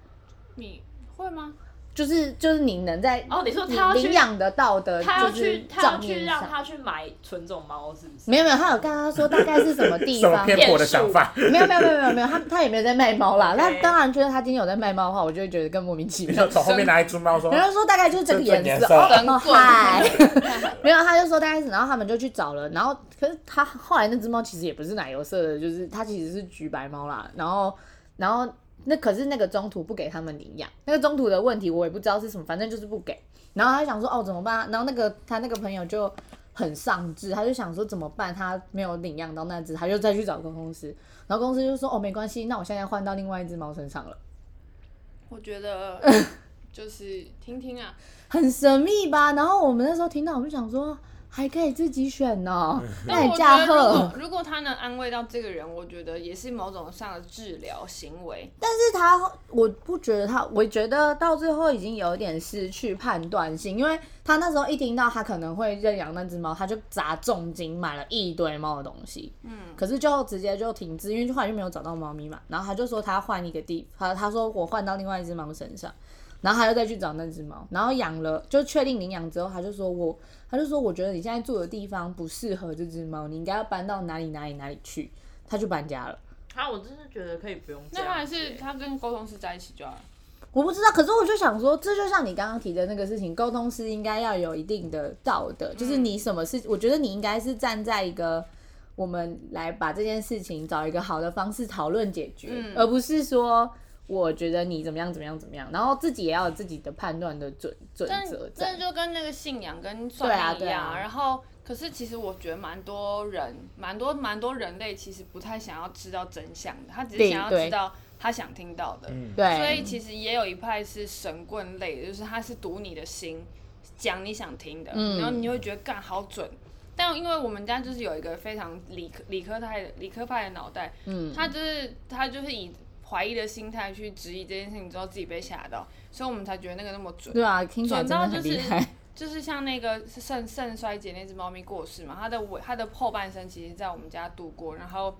Speaker 4: 你会吗？
Speaker 1: 就是就是你能在
Speaker 3: 哦，你说他要去
Speaker 1: 领养得到的，
Speaker 3: 他要
Speaker 1: 就是
Speaker 3: 去，他要
Speaker 1: 账面
Speaker 3: 去让
Speaker 1: 上
Speaker 3: 他去买纯种猫，是不是？
Speaker 1: 没有没有，他有跟他说大概是什么地
Speaker 2: 什 么
Speaker 1: 方，
Speaker 2: 偏颇的想法？
Speaker 1: 没有没有没有没有没有，他他也没有在卖猫啦。那
Speaker 3: OK
Speaker 1: 当然，就是他今天有在卖猫的话，我就会觉得更莫名其
Speaker 2: 你
Speaker 1: 妙
Speaker 2: 就。从后面拿一株猫说，
Speaker 1: 然后说大概就是这个
Speaker 2: 这这
Speaker 1: 颜
Speaker 2: 颜
Speaker 1: 色，
Speaker 2: 色
Speaker 1: 哦
Speaker 4: 神
Speaker 1: 哦
Speaker 4: 棍
Speaker 1: 嗨， 没有，他就说大概是，然后他们就去找了，然后可是他后来那只猫其实也不是奶油色的，就是它其实是橘白猫啦，然后然后那可是那个中途不给他们领养，那个中途的问题我也不知道是什么，反正就是不给，然后他就想说哦怎么办啊，然后那个他那个朋友就。很上智，他就想说怎么办？他没有领养到那只，他就再去找个公司，然后公司就说哦没关系，那我现在换到另外一只猫身上了，
Speaker 4: 我觉得 就是听听啊，
Speaker 1: 很神秘吧？然后我们那时候听到，我们就想说还可以自己选呢、 那
Speaker 4: 但
Speaker 1: 你
Speaker 4: 哎我觉
Speaker 1: 驾
Speaker 4: 得如
Speaker 1: 鹤
Speaker 4: 果。如果他能安慰到这个人，我觉得也是某种上的治疗行为。
Speaker 1: 但是他，我不觉得他，我觉得到最后已经有点失去判断性，因为他那时候一听到他可能会认养那只猫，他就砸重金买了一堆猫的东西，
Speaker 4: 嗯，
Speaker 1: 可是就直接就停止，因为就后来就没有找到猫咪嘛。然后他就说他换一个地，他他说我换到另外一只猫身上，然后他又再去找那只猫，然后养了就确定领养之后，他就说我他就说我觉得你现在住的地方不适合这只猫，你应该要搬到哪里哪里哪里去。他就搬家了，
Speaker 3: 啊，我真是觉得可以不用这
Speaker 4: 那
Speaker 3: 样
Speaker 4: 他还
Speaker 3: 子
Speaker 4: 是
Speaker 3: 欸
Speaker 4: 他跟沟通师在一起就好了。
Speaker 1: 我不知道。可是我就想说，这就像你刚刚提的那个事情，沟通师应该要有一定的道
Speaker 4: 嗯
Speaker 1: 德，就是你什么事，我觉得你应该是站在一个我们来把这件事情找一个好的方式讨论解决，
Speaker 4: 嗯
Speaker 1: 而不是说我觉得你怎么样怎么样怎么样，然后自己也要有自己的判断的准准
Speaker 4: 但
Speaker 1: 则在
Speaker 4: 这。就跟那个信仰跟
Speaker 1: 对啊
Speaker 4: 算命一
Speaker 1: 对
Speaker 4: 样、
Speaker 1: 啊
Speaker 4: 然后，可是其实我觉得蛮多人，蛮多蛮多人类其实不太想要知道真相的，他只是
Speaker 1: 对
Speaker 4: 想要
Speaker 1: 对
Speaker 4: 知道他想听到的。
Speaker 2: 嗯，
Speaker 1: 对，
Speaker 4: 所以其实也有一派是神棍类的，就是他是读你的心，讲你想听的，
Speaker 1: 嗯
Speaker 4: 然后你就会觉得干好准。但因为我们家就是有一个非常理科理科派的理科派的脑袋，
Speaker 1: 嗯，
Speaker 4: 他就是他就是以怀疑的心态去质疑这件事情之后，自己被吓到，所以我们才觉得那个那么准。
Speaker 1: 对啊，听起来真的很厉害。
Speaker 4: 就是像那个肾肾衰竭那只猫咪过世嘛，它的尾它的后半生其实在我们家度过，然后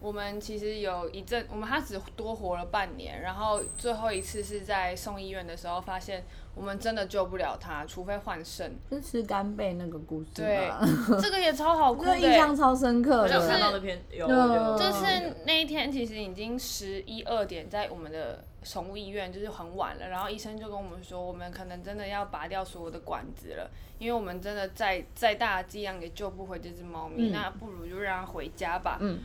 Speaker 4: 我们其实有一阵，我们它只多活了半年，然后最后一次是在送医院的时候发现我们真的救不了它，除非换肾。
Speaker 1: 是吃干贝那个故事
Speaker 4: 对
Speaker 1: 吧，
Speaker 4: 这个也超好哭
Speaker 1: 这
Speaker 4: 的
Speaker 1: 印
Speaker 4: 欸。
Speaker 1: 象超深刻
Speaker 3: 我有
Speaker 1: 的
Speaker 3: 看。到
Speaker 4: 就是
Speaker 3: 那篇有
Speaker 1: 嗯
Speaker 3: 有，
Speaker 4: 就是那一天，其实已经十一二点，在我们的宠物医院，就是很晚了。然后医生就跟我们说，我们可能真的要拔掉所有的管子了，因为我们真的再再大的剂量也救不回这只猫咪，
Speaker 1: 嗯
Speaker 4: 那不如就让它回家吧。
Speaker 1: 嗯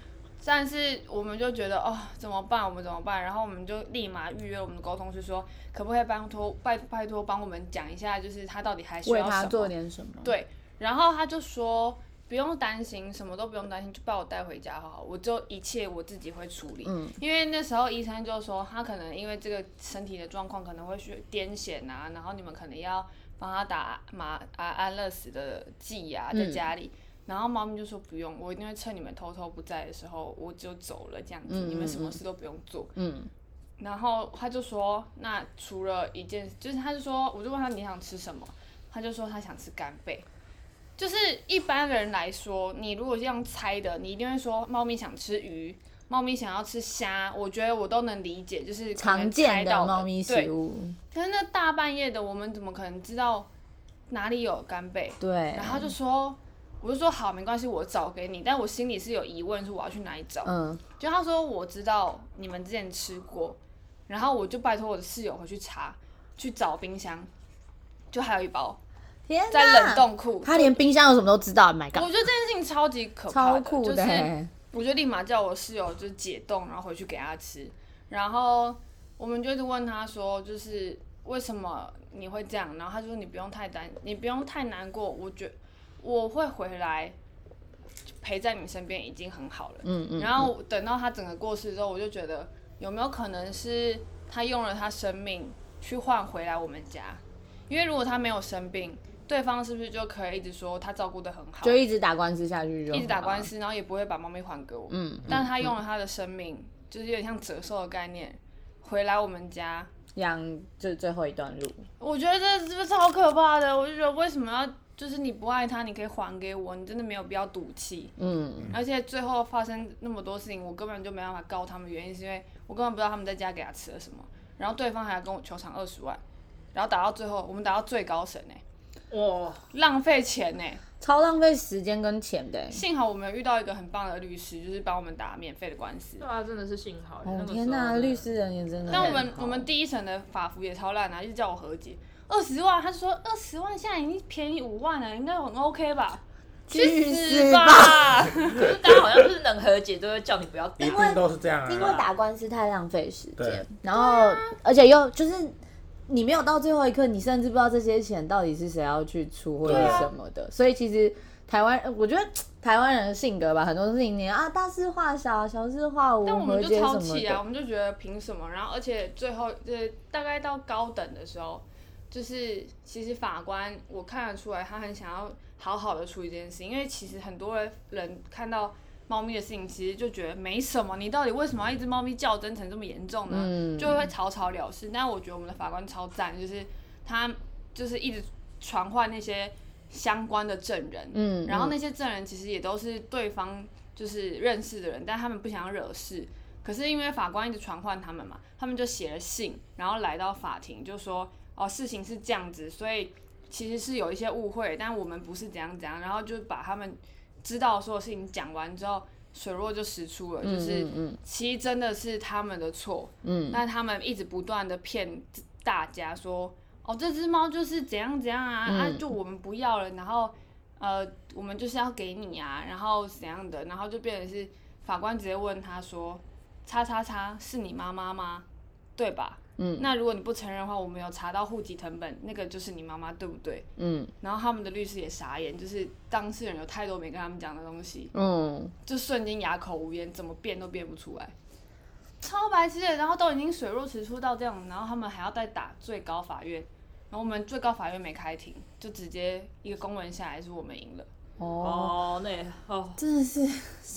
Speaker 4: 但是我们就觉得哦，怎么办？我们怎么办？然后我们就立马预约我们的沟通师说，可不可以拜托拜拜托帮我们讲一下，就是它到底还需
Speaker 1: 为
Speaker 4: 要什
Speaker 1: 他
Speaker 4: 么？
Speaker 1: 做点什么？
Speaker 4: 对，然后他就说不用担心，什么都不用担心，就把我带回家好好，我就一切我自己会处理。
Speaker 1: 嗯，
Speaker 4: 因为那时候医生就说他可能因为这个身体的状况可能会去癫痫啊，然后你们可能要帮他打麻啊安乐死的剂啊，在
Speaker 1: 嗯
Speaker 4: 家里。然后猫咪就说不用，我一定会趁你们偷偷不在的时候，我就走了这样子，
Speaker 1: 嗯
Speaker 4: 你们什
Speaker 1: 嗯嗯
Speaker 4: 么事都不用做。
Speaker 1: 嗯
Speaker 4: 然后他就说，那除了一件，就是他就说，我就问他你想吃什么，他就说他想吃干贝。就是一般人来说，你如果这样猜的，你一定会说猫咪想吃鱼，猫咪想要吃虾，我觉得我都能理解，就是可能
Speaker 1: 常
Speaker 4: 猜
Speaker 1: 见
Speaker 4: 到
Speaker 1: 的猫咪食
Speaker 4: 对，
Speaker 1: 物，
Speaker 4: 可是那大半夜的，我们怎么可能知道哪里有干贝？
Speaker 1: 对
Speaker 4: 然，后他就说，我就说好，没关系，我找给你，但我心里是有疑问，说我要去哪里找。
Speaker 1: 嗯，
Speaker 4: 就他说我知道你们之前吃过，然后我就拜托我的室友回去查，去找冰箱，就还有一包
Speaker 1: 天哪
Speaker 4: 在冷，冻库。
Speaker 1: 他连冰箱有什么都知道，My
Speaker 4: 我
Speaker 1: God，
Speaker 4: 觉得这件事情超级可怕
Speaker 1: 超
Speaker 4: 的，
Speaker 1: 酷
Speaker 4: 就
Speaker 1: 的
Speaker 4: 是
Speaker 1: 欸，
Speaker 4: 我就立马叫我室友就是解冻，然后回去给他吃。然后我们就一直问他说，就是为什么你会这样？然后他说你不用太担，你不用太难过，我觉我会回来陪在你身边已经很好了。
Speaker 1: 嗯嗯，
Speaker 4: 然后等到他整个过世之后，我就觉得有没有可能是他用了他生命去换回来我们家？因为如果他没有生病，对方是不是就可以一直说他照顾得很好，
Speaker 1: 就一直打官司下去就，
Speaker 4: 一直打官，司，然后也不会把猫咪还给我？
Speaker 1: 嗯，
Speaker 4: 但他用了他的生命，就是有点像折寿的概念，回来我们家
Speaker 1: 养就最后一段路。
Speaker 4: 我觉得这这超可怕的，我就觉得为什么要，就是你不爱他，你可以还给我，你真的没有必要赌气。
Speaker 1: 嗯，
Speaker 4: 而且最后发生那么多事情，我根本就没办法告他们，原因是因为我根本不知道他们在家给他吃了什么，然后对方还要跟我求偿二十万，然后打到最后，我们打到最高审呢、
Speaker 3: 哇，
Speaker 4: 浪费钱呢、
Speaker 1: 超浪费时间跟钱的欸。
Speaker 4: 幸好我们有遇到一个很棒的律师，就是帮我们打免费的官司
Speaker 3: 对。啊，真的是幸好。那
Speaker 1: 哦
Speaker 3: 个时候啊
Speaker 1: 天哪，
Speaker 3: 真的
Speaker 1: 律师人也真的很好。
Speaker 4: 但我们我们第一审的法服也超烂啊，就叫我和解。二十万，他说二十万现在已经便宜五万了，应该很 OK 吧？去
Speaker 1: 去
Speaker 4: 死
Speaker 1: 死
Speaker 4: 吧！
Speaker 3: 就是大家好像就是能和解都会叫你不要打
Speaker 2: 一，定都是这样啊。
Speaker 1: 因为打官司太浪费时间
Speaker 2: 对，
Speaker 1: 然后
Speaker 4: 啊
Speaker 1: 而且又就是你没有到最后一刻，你甚至不知道这些钱到底是谁要去出或者
Speaker 2: 对啊
Speaker 1: 什么的，所以其实。台湾，我觉得台湾人的性格吧，很多事情你啊大事化小，小事化无，
Speaker 4: 但我
Speaker 1: 和
Speaker 4: 们
Speaker 1: 解
Speaker 4: 就
Speaker 1: 什
Speaker 4: 超
Speaker 1: 么
Speaker 4: 气啊，
Speaker 1: 的。
Speaker 4: 我们就觉得凭什么？然后而且最后呃，大概到高等的时候，就是其实法官我看得出来，他很想要好好的处理这件事，因为其实很多人看到猫咪的事情，其实就觉得没什么，你到底为什么要一只猫咪较真成这么严重呢？
Speaker 1: 嗯
Speaker 4: 就会草草了事。但我觉得我们的法官超赞，就是他就是一直传唤那些相关的证人，
Speaker 1: 嗯
Speaker 4: 然后
Speaker 1: 嗯
Speaker 4: 那些证人其实也都是对方就是认识的人，但他们不想要惹事。可是因为法官一直传唤他们嘛，他们就写了信，然后来到法庭就说哦事情是这样子，所以其实是有一些误会，但我们不是怎样怎样，然后就把他们知道的所有事情讲完之后，水落就石出了，就是
Speaker 1: 嗯嗯
Speaker 4: 其实真的是他们的错，
Speaker 1: 嗯，
Speaker 4: 那他们一直不断的骗大家说，哦，这只猫就是怎样怎样啊，啊，
Speaker 1: 嗯
Speaker 4: 就我们不要了，然后呃，我们就是要给你啊，然后怎样的，然后就变成是法官直接问他说，叉叉叉是你妈妈吗？对吧？
Speaker 1: 嗯，
Speaker 4: 那如果你不承认的话，我们有查到户籍成本，那个就是你妈妈，对不对？
Speaker 1: 嗯
Speaker 4: 然后他们的律师也傻眼，就是当事人有太多没跟他们讲的东西，
Speaker 1: 嗯，
Speaker 4: 就瞬间哑口无言，怎么变都变不出来，超白痴的。然后都已经水落石出到这样，然后他们还要再打最高法院，然后我们最高法院没开庭，就直接一个公文下来，是我们赢了。
Speaker 1: 哦，
Speaker 3: 哦，那也哦，
Speaker 1: 真的是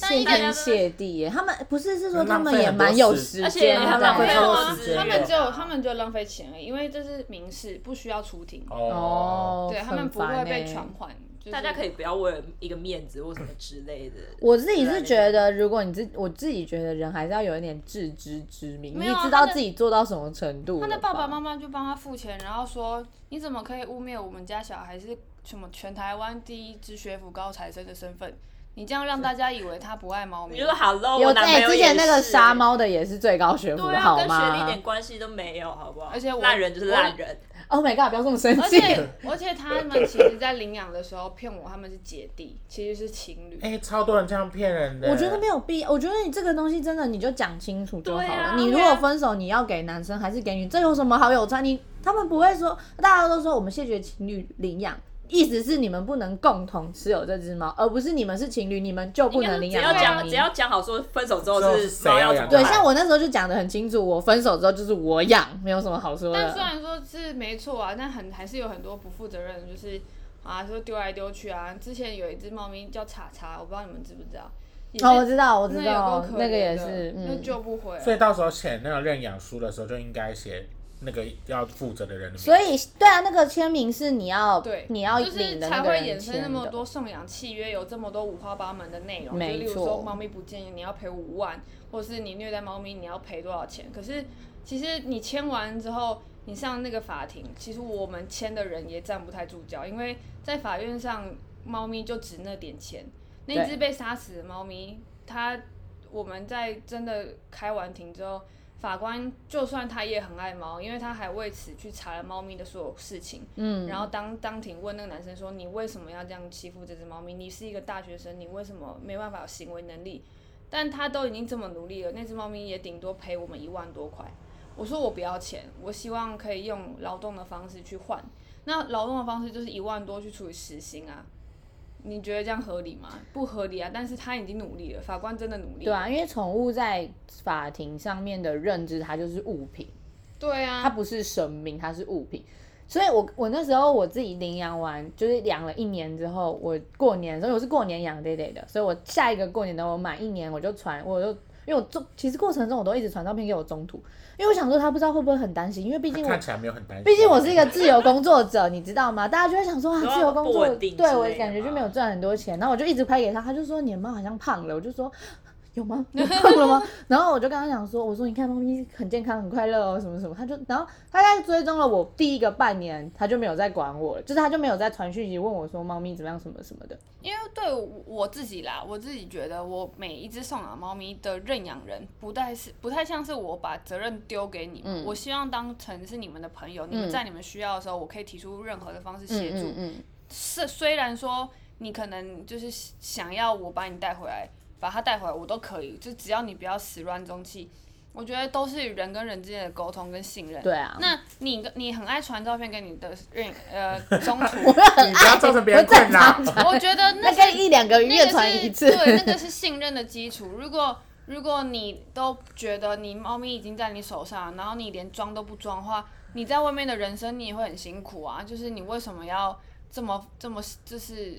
Speaker 4: 但
Speaker 1: 谢
Speaker 4: 一大
Speaker 1: 天
Speaker 4: 家都
Speaker 1: 谢地耶！他们不是是说
Speaker 2: 很
Speaker 1: 他
Speaker 2: 浪
Speaker 1: 们
Speaker 2: 费
Speaker 1: 也
Speaker 2: 很多
Speaker 1: 蛮有
Speaker 2: 时
Speaker 1: 时
Speaker 3: 而且
Speaker 1: 间
Speaker 3: 很浪
Speaker 1: 的
Speaker 3: 费
Speaker 2: 费
Speaker 1: 在
Speaker 2: 很多
Speaker 4: 啊
Speaker 2: 时间
Speaker 4: 他们
Speaker 2: 了
Speaker 4: 就他们就浪费钱而已，因为这是民事，不需要出庭，
Speaker 2: 哦，
Speaker 4: 对他们
Speaker 1: 很
Speaker 4: 不会
Speaker 1: 烦
Speaker 4: 被
Speaker 1: 欸
Speaker 4: 传唤。就是、
Speaker 3: 大家可以不要为了一个面子或什么之类的。啊
Speaker 1: 我自己是觉得，如果你自我自己觉得人还是要有一点自知之明，
Speaker 4: 没
Speaker 1: 你
Speaker 4: 有
Speaker 1: 知
Speaker 4: 啊他
Speaker 1: 道
Speaker 4: 的
Speaker 1: 自己做到什么程度了吧。
Speaker 4: 他的爸爸妈妈就帮他付钱，然后说你怎么可以污蔑我们家小孩是什么全台湾第一只学府高材生的身份？你这样让大家以为他不爱猫
Speaker 3: 你
Speaker 4: 咪
Speaker 3: 就。说 Hello，
Speaker 1: 有
Speaker 3: 我男朋
Speaker 1: 哎、
Speaker 3: 友
Speaker 1: 之前那个
Speaker 3: 也是
Speaker 1: 杀，猫的也是最高学府
Speaker 3: 对啊，
Speaker 1: 好
Speaker 3: 跟学历一
Speaker 1: 吗
Speaker 3: 点关系都没有，好不好？
Speaker 4: 而且我
Speaker 3: 烂人就是烂人，
Speaker 1: ？Oh my god！不要这么生
Speaker 4: 而
Speaker 1: 气。
Speaker 4: 且而且他们其实，在领养的时候骗我他们是姐弟，其实是情侣。
Speaker 2: 哎，超多人这样骗人的。
Speaker 1: 我觉得没有必要，我觉得你这个东西真的你就讲清楚就好了。
Speaker 3: 对啊
Speaker 1: 你如果分手，你要给男生还是给女，这有什么好有差？你他们不会说，大家都说我们谢绝情侣领养，意思是你们不能共同持有这只猫，而不是你们是情侣，你们就不能领
Speaker 3: 只
Speaker 1: 养
Speaker 3: 要
Speaker 1: 猫
Speaker 3: 讲
Speaker 1: 咪
Speaker 3: 只。要讲好说分手之后
Speaker 2: 就是是谁
Speaker 3: 猫
Speaker 2: 要
Speaker 3: 怎么
Speaker 2: 养
Speaker 1: 对，
Speaker 2: 它
Speaker 3: 办
Speaker 1: 像我那时候就讲的很清楚，我分手之后就是我养，没有什么好说
Speaker 4: 但虽
Speaker 1: 的。
Speaker 4: 然说是没错啊，但很还是有很多不负责任的，就是啊说丢来丢去啊。之前有一只猫咪叫查查，我不知道你们知不知道。也是
Speaker 1: 哦，我知道，我知
Speaker 4: 那有
Speaker 1: 道
Speaker 4: 够，可
Speaker 1: 那个也
Speaker 4: 怜的
Speaker 1: 是，
Speaker 4: 那
Speaker 1: 嗯。
Speaker 4: 救不回啊来。
Speaker 2: 所以到时候写那个认养书的时候，就应该写那个要负责的人的名字。
Speaker 1: 所以，对啊，那个签名是你要，
Speaker 4: 对，
Speaker 1: 你要
Speaker 4: 就是
Speaker 1: 领的
Speaker 4: 才
Speaker 1: 那个
Speaker 4: 会
Speaker 1: 人
Speaker 4: 衍生那
Speaker 1: 签
Speaker 4: 么
Speaker 1: 的。
Speaker 4: 多送养契约，有这么多五花八门的内容。就
Speaker 1: 没
Speaker 4: 例如
Speaker 1: 错
Speaker 4: 说猫咪不见你要赔五万，或是你虐待猫咪你要赔多少钱。可是其实你签完之后，你上那个法庭，其实我们签的人也站不太住脚，因为在法院上，猫咪就值那点钱。那
Speaker 1: 对
Speaker 4: 只被杀死的猫咪，它我们在真的开完庭之后，法官就算他也很爱猫，因为他还为此去查了猫咪的所有事情。
Speaker 1: 嗯，
Speaker 4: 然后当当庭问那个男生说：“你为什么要这样欺负这只猫咪？你是一个大学生，你为什么没办法有行为能力？”但他都已经这么努力了，那只猫咪也顶多赔我们一万多块。我说我不要钱，我希望可以用劳动的方式去换。那劳动的方式就是一万多去除以时薪啊，你觉得这样合理吗？不合理啊！但是他已经努力了，法官真的努力
Speaker 1: 对
Speaker 4: 了。
Speaker 1: 啊，因为宠物在法庭上面的认知，它就是物品，
Speaker 4: 对
Speaker 1: 它
Speaker 4: 啊，
Speaker 1: 不是生命，它是物品。所以我我那时候我自己领养完，就是养了一年之后，我过年，所以我是过年养 d a 的，所以我下一个过年等我满一年，我就传我就因为我中其实过程中我都一直传照片给我中途，因为我想说他不知道会不会很担心，因为毕竟我
Speaker 2: 看起来没有很担心。
Speaker 1: 毕竟我是一个自由工作者，你知道吗？大家就会想说啊
Speaker 3: 对，啊
Speaker 1: 自由工
Speaker 3: 不
Speaker 1: 作
Speaker 3: 稳定之类
Speaker 1: 对
Speaker 3: 的
Speaker 1: 我
Speaker 3: 嘛
Speaker 1: 感觉就没有赚很多钱，然后我就一直拍给他，他就说你的猫好像胖了，我就说。有吗？ 有胖了吗？然后我就跟他讲说，我说你看猫咪很健康，很快乐哦，什么什么。他就，然后他在追踪了我第一个半年，他就没有再管我了，就是他就没有再传讯息问我说猫咪怎么样，什么什么的。
Speaker 4: 因为对我自己啦，我自己觉得我每一只送养猫咪的认养人，不太是不太像是我把责任丢给你们，
Speaker 1: 嗯
Speaker 4: 我希望当成是你们的朋友，你们在你们需要的时候，我可以提出任何的方式协助。
Speaker 1: 嗯嗯
Speaker 4: 是虽然说你可能就是想要我把你带回来，把它带回来，我都可以，就只要你不要始乱终弃。我觉得都是人跟人之间的沟通跟信任。
Speaker 1: 对啊
Speaker 4: 那你跟你很爱传照片给你的认 呃中途，
Speaker 2: 你不要造成别人困扰。
Speaker 4: 我觉得
Speaker 1: 那
Speaker 4: 那是
Speaker 1: 跟一两个
Speaker 4: 那
Speaker 1: 月
Speaker 4: 个
Speaker 1: 传
Speaker 4: 是
Speaker 1: 一次，
Speaker 4: 对，那个是信任的基础。如果如果你都觉得你猫咪已经在你手上，然后你连装都不装的话，你在外面的人生你也会很辛苦啊。就是你为什么要这么这么就是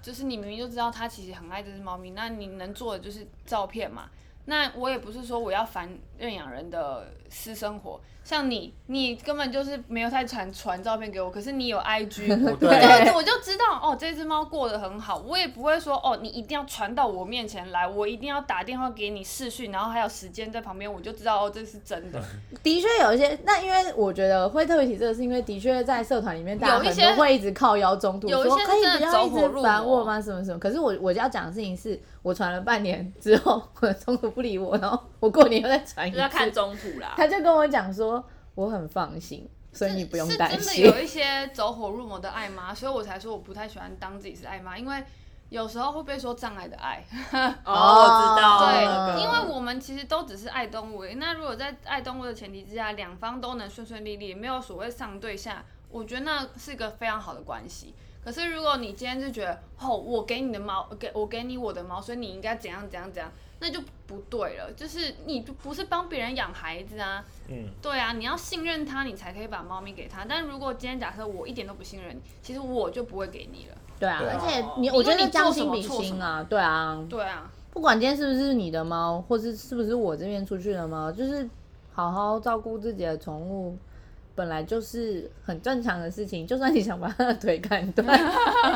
Speaker 4: 就是你明明就知道它其实很爱这只猫咪，那你能做的就是照片嘛。那我也不是说我要烦认养人的私生活，像你，你根本就是没有太传传照片给我，可是你有 IG，我就
Speaker 2: 对
Speaker 4: 我就知道哦，这只猫过得很好，我也不会说哦，你一定要传到我面前来，我一定要打电话给你视讯，然后还有时间在旁边，我就知道哦，这是真的。
Speaker 1: 的确有一些，那因为我觉得会特别提这个，是因为的确在社团里面，大家
Speaker 4: 有一
Speaker 1: 很
Speaker 4: 些
Speaker 1: 多会一直靠腰中途
Speaker 4: 有
Speaker 1: 说
Speaker 4: 一些
Speaker 1: 可以
Speaker 4: 真的
Speaker 1: 不要
Speaker 4: 走
Speaker 1: 一
Speaker 4: 火
Speaker 1: 直
Speaker 4: 入
Speaker 1: 烦我
Speaker 4: 魔
Speaker 1: 吗？什么什么？可是我我要讲的事情是我传了半年之后，我中途不理我，然后我过年又再传一
Speaker 3: 就
Speaker 1: 次
Speaker 3: 是要，看中途啦。
Speaker 1: 他就跟我讲说我很放心，所以你不用
Speaker 4: 是
Speaker 1: 担
Speaker 4: 真的
Speaker 1: 心。
Speaker 4: 有一些走火入魔的爱妈，所以我才说我不太喜欢当自己是爱妈，因为有时候会被说障碍的爱。
Speaker 3: 哦，我知道，
Speaker 1: 哦
Speaker 4: 对，
Speaker 3: 那
Speaker 4: 因
Speaker 3: 个
Speaker 4: 为我们其实都只是爱动物而已。那如果在爱动物的前提之下，两方都能顺顺利利，没有所谓上对下，我觉得那是个非常好的关系。可是如果你今天就觉得，哦，我给你的猫，给我给你我的猫，所以你应该怎样怎样怎样，那就不对了。就是你就不是帮别人养孩子啊，
Speaker 2: 嗯，
Speaker 4: 对啊，你要信任他，你才可以把猫咪给他。但如果今天假设我一点都不信任你，其实我就不会给你了。
Speaker 1: 对啊，
Speaker 2: 对
Speaker 1: 而
Speaker 2: 啊
Speaker 1: 且你
Speaker 4: 因
Speaker 1: 我
Speaker 4: 为
Speaker 1: 觉得
Speaker 4: 你做
Speaker 1: 将
Speaker 4: 什
Speaker 1: 心
Speaker 4: 么
Speaker 1: 比
Speaker 4: 错什
Speaker 1: 心
Speaker 4: 么
Speaker 1: 啊，对啊，
Speaker 4: 对啊，
Speaker 1: 不管今天是不是你的猫，或是是不是我这边出去的猫，就是好好照顾自己的宠物，本来就是很正常的事情。就算你想把它的腿砍断，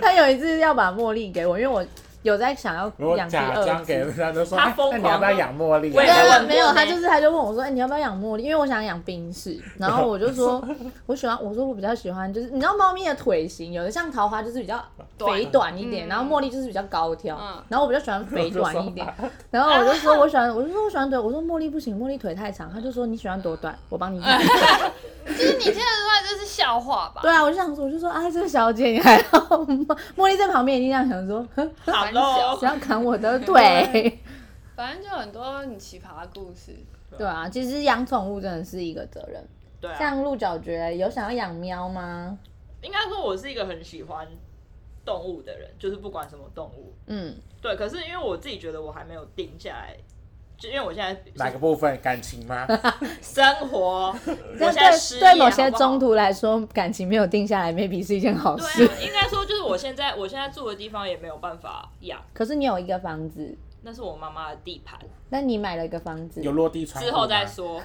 Speaker 1: 他有一次要把茉莉给我，因为我有在想
Speaker 2: 如
Speaker 1: 要
Speaker 2: 果
Speaker 1: 养第
Speaker 2: 假装
Speaker 1: 二
Speaker 2: 给
Speaker 1: 只。
Speaker 2: 人家都说，
Speaker 3: 他
Speaker 2: 哎
Speaker 3: 疯
Speaker 2: 那
Speaker 3: 狂
Speaker 2: 你要不要养茉莉？啊
Speaker 3: 我
Speaker 1: 对
Speaker 3: 也在
Speaker 1: 对
Speaker 3: 问
Speaker 1: 没有，
Speaker 3: 过呢
Speaker 1: 他就是他就问我说：“哎、你要不要养茉莉？”因为我想养冰室，然后我就说：“ 我喜欢，我说我比较喜欢，就是你知道猫咪的腿型，有的像桃花就是比较肥短一点，
Speaker 4: 嗯
Speaker 1: 然后茉莉就是比较高挑，
Speaker 4: 嗯
Speaker 1: 然后我比较喜欢肥短一点。
Speaker 2: 我就说
Speaker 1: 然后我就 说我喜欢，我就说我喜欢腿，我说茉莉不行，茉莉腿太长，他就说你喜欢多短，我 帮你买。
Speaker 4: 就是你听得出来这是笑话吧？
Speaker 1: 对啊，我就想说，我就说啊，这个小姐你还好吗？茉莉在旁边一定这样想说，哼
Speaker 3: 好
Speaker 1: 谁
Speaker 3: 喽，
Speaker 1: 要砍我 的腿？
Speaker 4: 反正就很多很奇葩的故事。
Speaker 1: 对啊，其实养宠物真的是一个责任。
Speaker 3: 对啊，
Speaker 1: 像鹿角蕨有想要养喵吗？
Speaker 3: 应该说我是一个很喜欢动物的人，就是不管什么动物，
Speaker 1: 嗯，
Speaker 3: 对。可是因为我自己觉得我还没有定下来，就因为我现
Speaker 2: 哪
Speaker 3: 在
Speaker 2: 个部分感 情吗？
Speaker 3: 生活，我
Speaker 1: 但
Speaker 3: 现在失
Speaker 1: 对
Speaker 3: 业，
Speaker 1: 对某些
Speaker 3: 好不好
Speaker 1: 中途来说，感情没有定下来，maybe 是一件好
Speaker 3: 对
Speaker 1: 事。
Speaker 3: 啊，应该说就是我现在我现在住的地方也没有办法养，
Speaker 1: 可是你有一个房子，
Speaker 3: 那是我妈妈的地盘，
Speaker 1: 那你买了一个房子，
Speaker 2: 有落地窗户
Speaker 3: 之
Speaker 2: 吗
Speaker 3: 后再。说。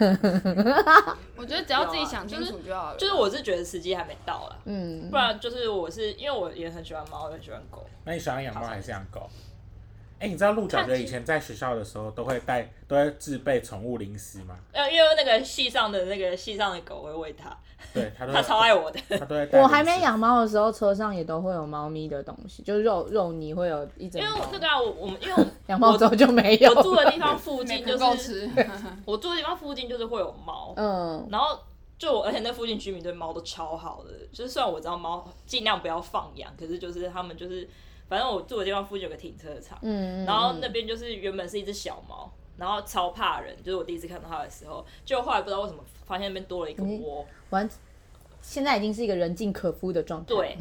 Speaker 4: 我觉得只要自己想啊清楚就好了。
Speaker 3: 就是我是觉得时机还没到啦，
Speaker 1: 嗯
Speaker 3: 不，然就是我是因为我也很喜欢猫，也很喜欢狗，
Speaker 2: 那你喜欢养猫还是养狗？哎，你知道鹿角蕨以前在学校的时候都会带，都会自备宠物零食吗？
Speaker 3: 呃，因为那个系上的那个系上的狗我会喂它，
Speaker 2: 对，他都
Speaker 3: 它超爱我 的。
Speaker 2: 他都会带。
Speaker 1: 我还没，养猫的时候，车上也都会有猫咪的东西，就肉肉泥会有一整
Speaker 3: 因为
Speaker 1: 包
Speaker 3: 那个啊、我我们因为 我
Speaker 1: 养猫之后就没有
Speaker 3: 我住
Speaker 1: 了。
Speaker 3: 的地方附
Speaker 4: 每
Speaker 3: 近
Speaker 4: 个
Speaker 3: 就
Speaker 4: 够
Speaker 3: 是
Speaker 4: 吃，
Speaker 3: 我住的地方附近就是会有猫，
Speaker 1: 嗯，
Speaker 3: 然后就我而且那附近居民对猫都超好的，就是虽然我知道猫尽量不要放养，可是就是他们就是反正我住的地方附近有个停车场，
Speaker 1: 嗯，
Speaker 3: 然后那边就是原本是一只小猫，然后超怕人，就是我第一次看到它的时候，就后来不知道为什么发现那边多了一个窝，
Speaker 4: 嗯
Speaker 1: 完，现在已经是一个人尽可夫的状态。，
Speaker 3: 对，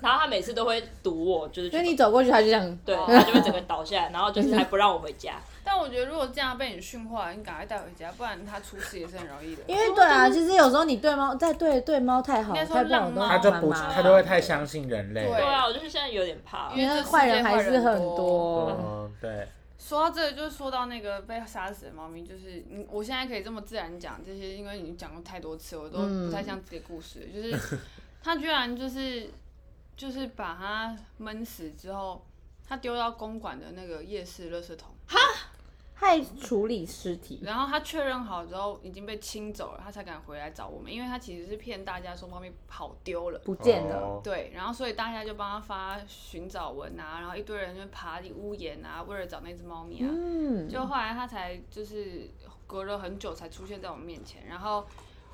Speaker 3: 然后它每次都会堵我，就是
Speaker 1: 所以你走过去，它就这样。
Speaker 3: 对，
Speaker 4: 哦
Speaker 3: 它就会整个倒下来，然后就是还不让我回 家，
Speaker 4: 但我觉得如果这样被你驯化，你赶快带回家，不然它出事也是很容易的。
Speaker 1: 因为对啊，其实有时候你对猫在对对猫太好，
Speaker 4: 应该说
Speaker 1: 太不好
Speaker 4: 浪
Speaker 1: 都
Speaker 2: 他
Speaker 4: 猫
Speaker 1: 哦蛮
Speaker 2: 就
Speaker 1: 麻
Speaker 2: 不，
Speaker 1: 烦
Speaker 2: 他就会太相信人类。
Speaker 4: 对
Speaker 3: 对啊，我就是现在有点怕，
Speaker 4: 因为
Speaker 1: 因为坏人还是很多。
Speaker 2: 嗯，对。
Speaker 4: 说到这个，就是说到那个被杀死的猫咪，就是你，我现在可以这么自然讲这些，因为你讲过太多次，我都不太像自己的故事了。就是 他居然就是就是把它闷死之后，他丢到公馆的那个夜市垃圾桶，
Speaker 1: 还处理尸体，
Speaker 4: 然后他确认好之后已经被清走了，他才敢回来找我们，因为他其实是骗大家说猫咪跑丢了。
Speaker 1: 不见了。
Speaker 2: 哦
Speaker 4: 对，然后所以大家就帮他发寻找文啊，然后一堆人就爬屋檐啊，为了找那只猫咪啊。
Speaker 1: 嗯，
Speaker 4: 就后来他才就是隔了很久才出现在我面前，然后，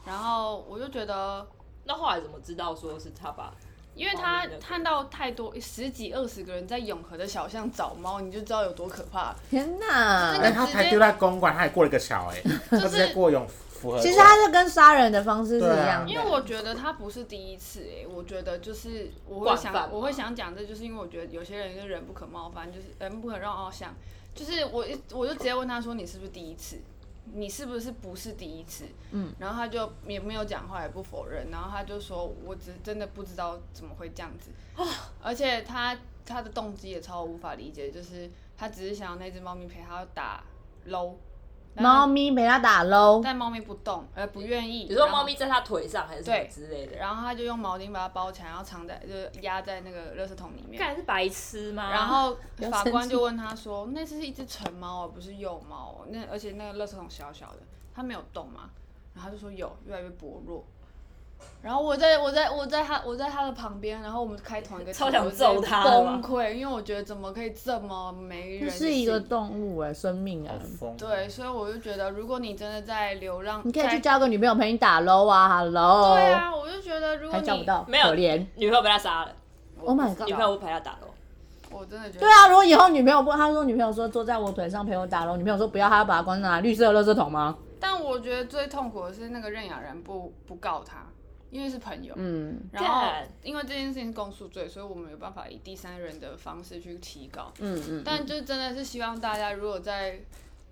Speaker 4: 然后我就觉得，
Speaker 3: 那后来怎么知道说是他把？
Speaker 4: 因为他
Speaker 3: 猫咪那个
Speaker 4: 看到太多十几二十个人在永和的小巷找猫，你就知道有多可怕。
Speaker 1: 天哪！
Speaker 4: 那
Speaker 2: 哎，
Speaker 4: 个
Speaker 2: 他
Speaker 4: 直
Speaker 2: 才
Speaker 4: 接
Speaker 2: 丢在公馆，他还过了一个桥，哎，他直接过永符合。
Speaker 1: 其实他就跟杀人的方式是一
Speaker 2: 对啊
Speaker 1: 样的，
Speaker 4: 因为我觉得他不是第一次诶、我觉得就是我会
Speaker 3: 惯
Speaker 4: 想
Speaker 3: 犯
Speaker 4: 我会想讲，这就是因为我觉得有些人是人不可冒犯，就是人不可让傲想，就是我一我就直接问他说你是不是第一次，你是不是不是第一次？嗯，然后他就也没有讲话，也不否认，然后他就说我只真的不知道怎么会这样子，
Speaker 3: 哦
Speaker 4: 而且他他的动机也超无法理解，就是他只是想要那只猫咪陪他打 low，然后
Speaker 1: 猫咪陪他打喽，
Speaker 4: 但猫咪不动，呃不愿意，
Speaker 3: 比如说
Speaker 4: 然后
Speaker 3: 猫咪在他腿上还是什么
Speaker 4: 对
Speaker 3: 之类的，然后
Speaker 4: 然后他就用毛巾把它包起来，然后藏在就是压在那个垃圾桶里面。
Speaker 3: 干是白痴吗？
Speaker 4: 然后
Speaker 1: 不要
Speaker 4: 法
Speaker 1: 生
Speaker 4: 官
Speaker 1: 气
Speaker 4: 就问他说：“那是一只成猫哦，不是幼猫哦。那而且那个垃圾桶小小的，它没有动嘛？”然后他就说有，越来越薄弱。然后我在我在我在他我在他的旁边，然后我们开同一个
Speaker 3: 超
Speaker 4: 庭
Speaker 3: 想
Speaker 4: 我直接
Speaker 3: 揍他的吧
Speaker 4: 崩溃，因为我觉得怎么可以这么没
Speaker 1: 这
Speaker 4: 人
Speaker 1: 是一个
Speaker 4: 性
Speaker 1: 动物哎，生命
Speaker 2: 好
Speaker 1: 啊。
Speaker 2: 疯，
Speaker 4: 对，所以我就觉得，如果你真的在流浪，
Speaker 1: 你可以
Speaker 4: 在
Speaker 1: 去交个女朋友陪你打喽啊，Hello，
Speaker 4: 对啊，我就觉得如果
Speaker 1: 还
Speaker 4: 你
Speaker 1: 交不到，
Speaker 3: 没有
Speaker 1: 可怜。
Speaker 3: 女朋友被他杀了，
Speaker 1: Oh my
Speaker 3: 女朋友
Speaker 1: god！
Speaker 3: 不陪他打喽。
Speaker 4: 我真的觉得
Speaker 1: 对啊，如果以后女朋友不，他说女朋友说坐在我腿上陪我打喽，女朋友说不要，他要把它关哪？绿色的垃圾桶吗？
Speaker 4: 但我觉得最痛苦的是那个认养人不不告他，因为是朋友。
Speaker 1: 嗯，
Speaker 4: 然后
Speaker 3: 干，
Speaker 4: 因为这件事情是公诉罪，所以我们没有办法以第三人的方式去提告。
Speaker 1: 嗯嗯，
Speaker 4: 但就真的是希望大家，如果在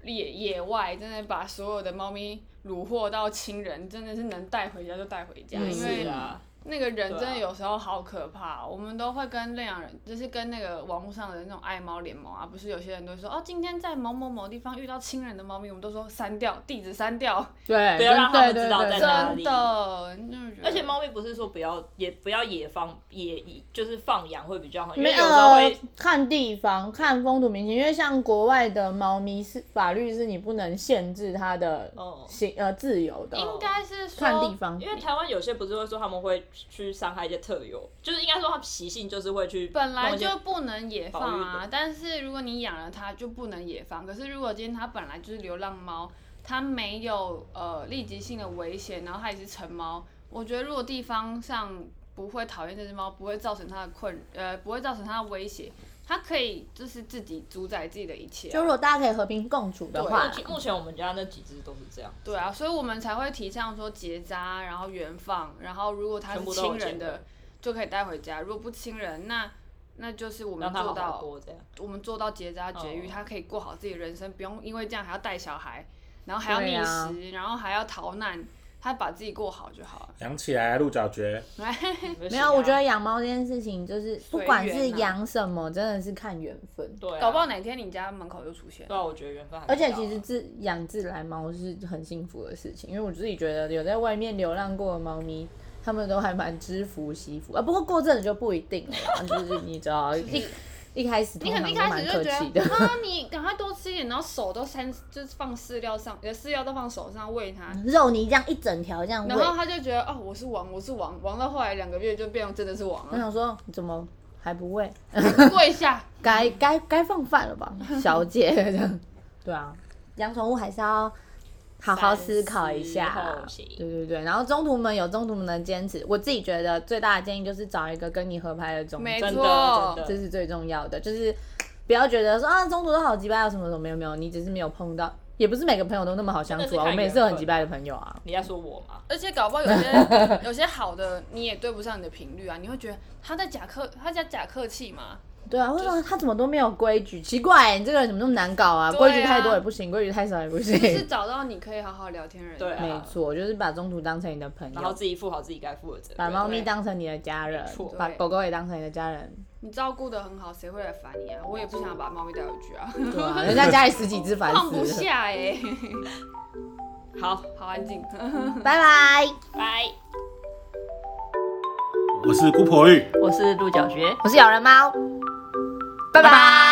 Speaker 4: 野野外，真的把所有的猫咪虏获到亲人，真的是能带回家就带回家，
Speaker 1: 嗯
Speaker 4: 因
Speaker 1: 是
Speaker 4: 为
Speaker 3: 啊，
Speaker 4: 那个人真
Speaker 3: 对
Speaker 4: 的
Speaker 3: 啊
Speaker 4: 有时候好可怕哦、我们都会跟认养人，就是跟那个网络上的那种爱猫联盟啊，不是有些人都会说哦，今天在某某某地方遇到亲人的猫咪，我们都说删掉，地址删掉，
Speaker 1: 对，
Speaker 3: 不要让他们
Speaker 1: 对
Speaker 3: 知道
Speaker 1: 对对
Speaker 3: 在
Speaker 1: 对
Speaker 3: 哪
Speaker 4: 真
Speaker 3: 里
Speaker 4: 的，就是觉得
Speaker 3: 而且猫咪不是说不要也不要野放野就是放养会比较好，因为
Speaker 1: 没
Speaker 3: 有时候
Speaker 1: 有嗯
Speaker 3: 会
Speaker 1: 看地方，看风土民情，因为像国外的猫咪是法律是你不能限制它的
Speaker 3: 哦
Speaker 1: 行、呃自由的，
Speaker 4: 应该是说
Speaker 1: 看地方
Speaker 3: 因。为台湾有些不是会说他们会去伤害一些特有，就是应该说他们习性就是会去
Speaker 4: 本来
Speaker 3: 弄一些
Speaker 4: 就不能野放
Speaker 3: 保
Speaker 4: 啊
Speaker 3: 育的，
Speaker 4: 但是如果你养了它就不能野放。可是如果今天它本来就是流浪猫，它没有呃立即性的危险，然后它也是成猫，我觉得如果地方上不会讨厌这只猫，不会造成它的困呃不会造成它的威胁，它可以就是自己主宰自己的一切啊、
Speaker 1: 就如果大家可以和平共处的话
Speaker 3: 目，前目前我们家那几只都是这样，
Speaker 4: 对啊，所以我们才会提倡说结扎，然后原放，然后如果它是
Speaker 3: 全部都有
Speaker 4: 亲人
Speaker 3: 结果
Speaker 4: 的就可以带回家，如果不亲人那。那就是我们
Speaker 3: 让它
Speaker 4: 做
Speaker 3: 好
Speaker 4: 到
Speaker 3: 好过这样。
Speaker 4: 我们做到结扎绝育，
Speaker 3: 哦
Speaker 4: 他可以过好自己的人生，不用因为这样还要带小孩，然后还要
Speaker 1: 对
Speaker 4: 觅
Speaker 1: 啊
Speaker 4: 食，然后还要逃难，他把自己过好就好了。
Speaker 2: 养起来啊鹿角蕨，
Speaker 1: 没有，我觉得养猫这件事情就是不管
Speaker 4: 啊随
Speaker 1: 是
Speaker 4: 缘啊
Speaker 1: 养什么，真的是看缘分。
Speaker 3: 对啊，
Speaker 4: 搞不好哪天你家门口就出现。
Speaker 3: 对啊，我觉得缘分还没到
Speaker 1: 而
Speaker 3: 啊。
Speaker 1: 且其实自养自来猫是很幸福的事情，因为我自己觉得有在外面流浪过的猫咪，它们都还蛮知福惜福啊。不过过阵子就不一定了啦，就是你知 道一一开始
Speaker 4: 你
Speaker 1: 通常
Speaker 4: 可能一
Speaker 1: 都
Speaker 4: 开
Speaker 1: 蛮
Speaker 4: 始就
Speaker 1: 客
Speaker 4: 觉
Speaker 1: 气
Speaker 4: 得
Speaker 1: 的，
Speaker 4: 啊，你赶快多吃一点，然后手都三就是放饲料上，呃，饲料都放手上喂它，
Speaker 1: 肉泥这样一整条这样喂
Speaker 4: 然，后他就觉得哦，我是王，我是王，王到后来两个月就变成真的是王
Speaker 1: 我
Speaker 4: 了，
Speaker 1: 想说怎么还不喂？
Speaker 4: 跪下。
Speaker 1: 该该该放饭了 吧，小姐这样。对啊，养宠物还是要好好思考一
Speaker 3: 三思
Speaker 1: 下
Speaker 3: 后。行
Speaker 1: 对对对，然后中途们有中途们的坚持，我自己觉得最大的建议就是找一个跟你合拍的中途
Speaker 4: 没，
Speaker 3: 真的
Speaker 4: 错
Speaker 3: 真的
Speaker 1: 这是最重要的，就是不要觉得说啊中途都好鸡掰啊什么什么没有没有，你只是没有碰到，也不是每个朋友都那么好相
Speaker 3: 真
Speaker 1: 处
Speaker 3: 的
Speaker 1: 啊，
Speaker 3: 是看
Speaker 1: 我们也是
Speaker 3: 缘
Speaker 1: 有
Speaker 3: 分
Speaker 1: 很鸡掰的朋友啊。
Speaker 3: 你在说我吗？
Speaker 4: 而且搞不好有 些有些好的你也对不上你的频率啊，你会觉得他在假客他在假客气嘛，
Speaker 1: 对啊，为什么他怎么都没有规矩？奇怪、你这个人怎么那么难搞啊？
Speaker 4: 对啊
Speaker 1: 规矩太多也不行，规矩太少也不行。
Speaker 4: 就是找到你可以好好聊天的人。
Speaker 3: 对 啊
Speaker 1: 没错，就是把中途当成你的朋
Speaker 3: 然后
Speaker 1: 友，
Speaker 3: 自己负好自己该负的责
Speaker 1: 把
Speaker 3: 任。
Speaker 1: 猫咪当成你的家人
Speaker 3: 没错，
Speaker 1: 把狗狗也当成你的家 人。
Speaker 4: 你照顾的很好，谁会来烦你啊？我也不想把猫咪带回去啊，
Speaker 1: 对啊，人家家里十几 只烦
Speaker 4: 放不
Speaker 1: 死了。
Speaker 4: 下哎、
Speaker 3: 好，
Speaker 4: 好安静。
Speaker 1: 拜拜，
Speaker 3: 拜。
Speaker 2: 我是姑婆玉。
Speaker 3: 我是鹿角蕨。
Speaker 1: 我是咬人猫，拜拜。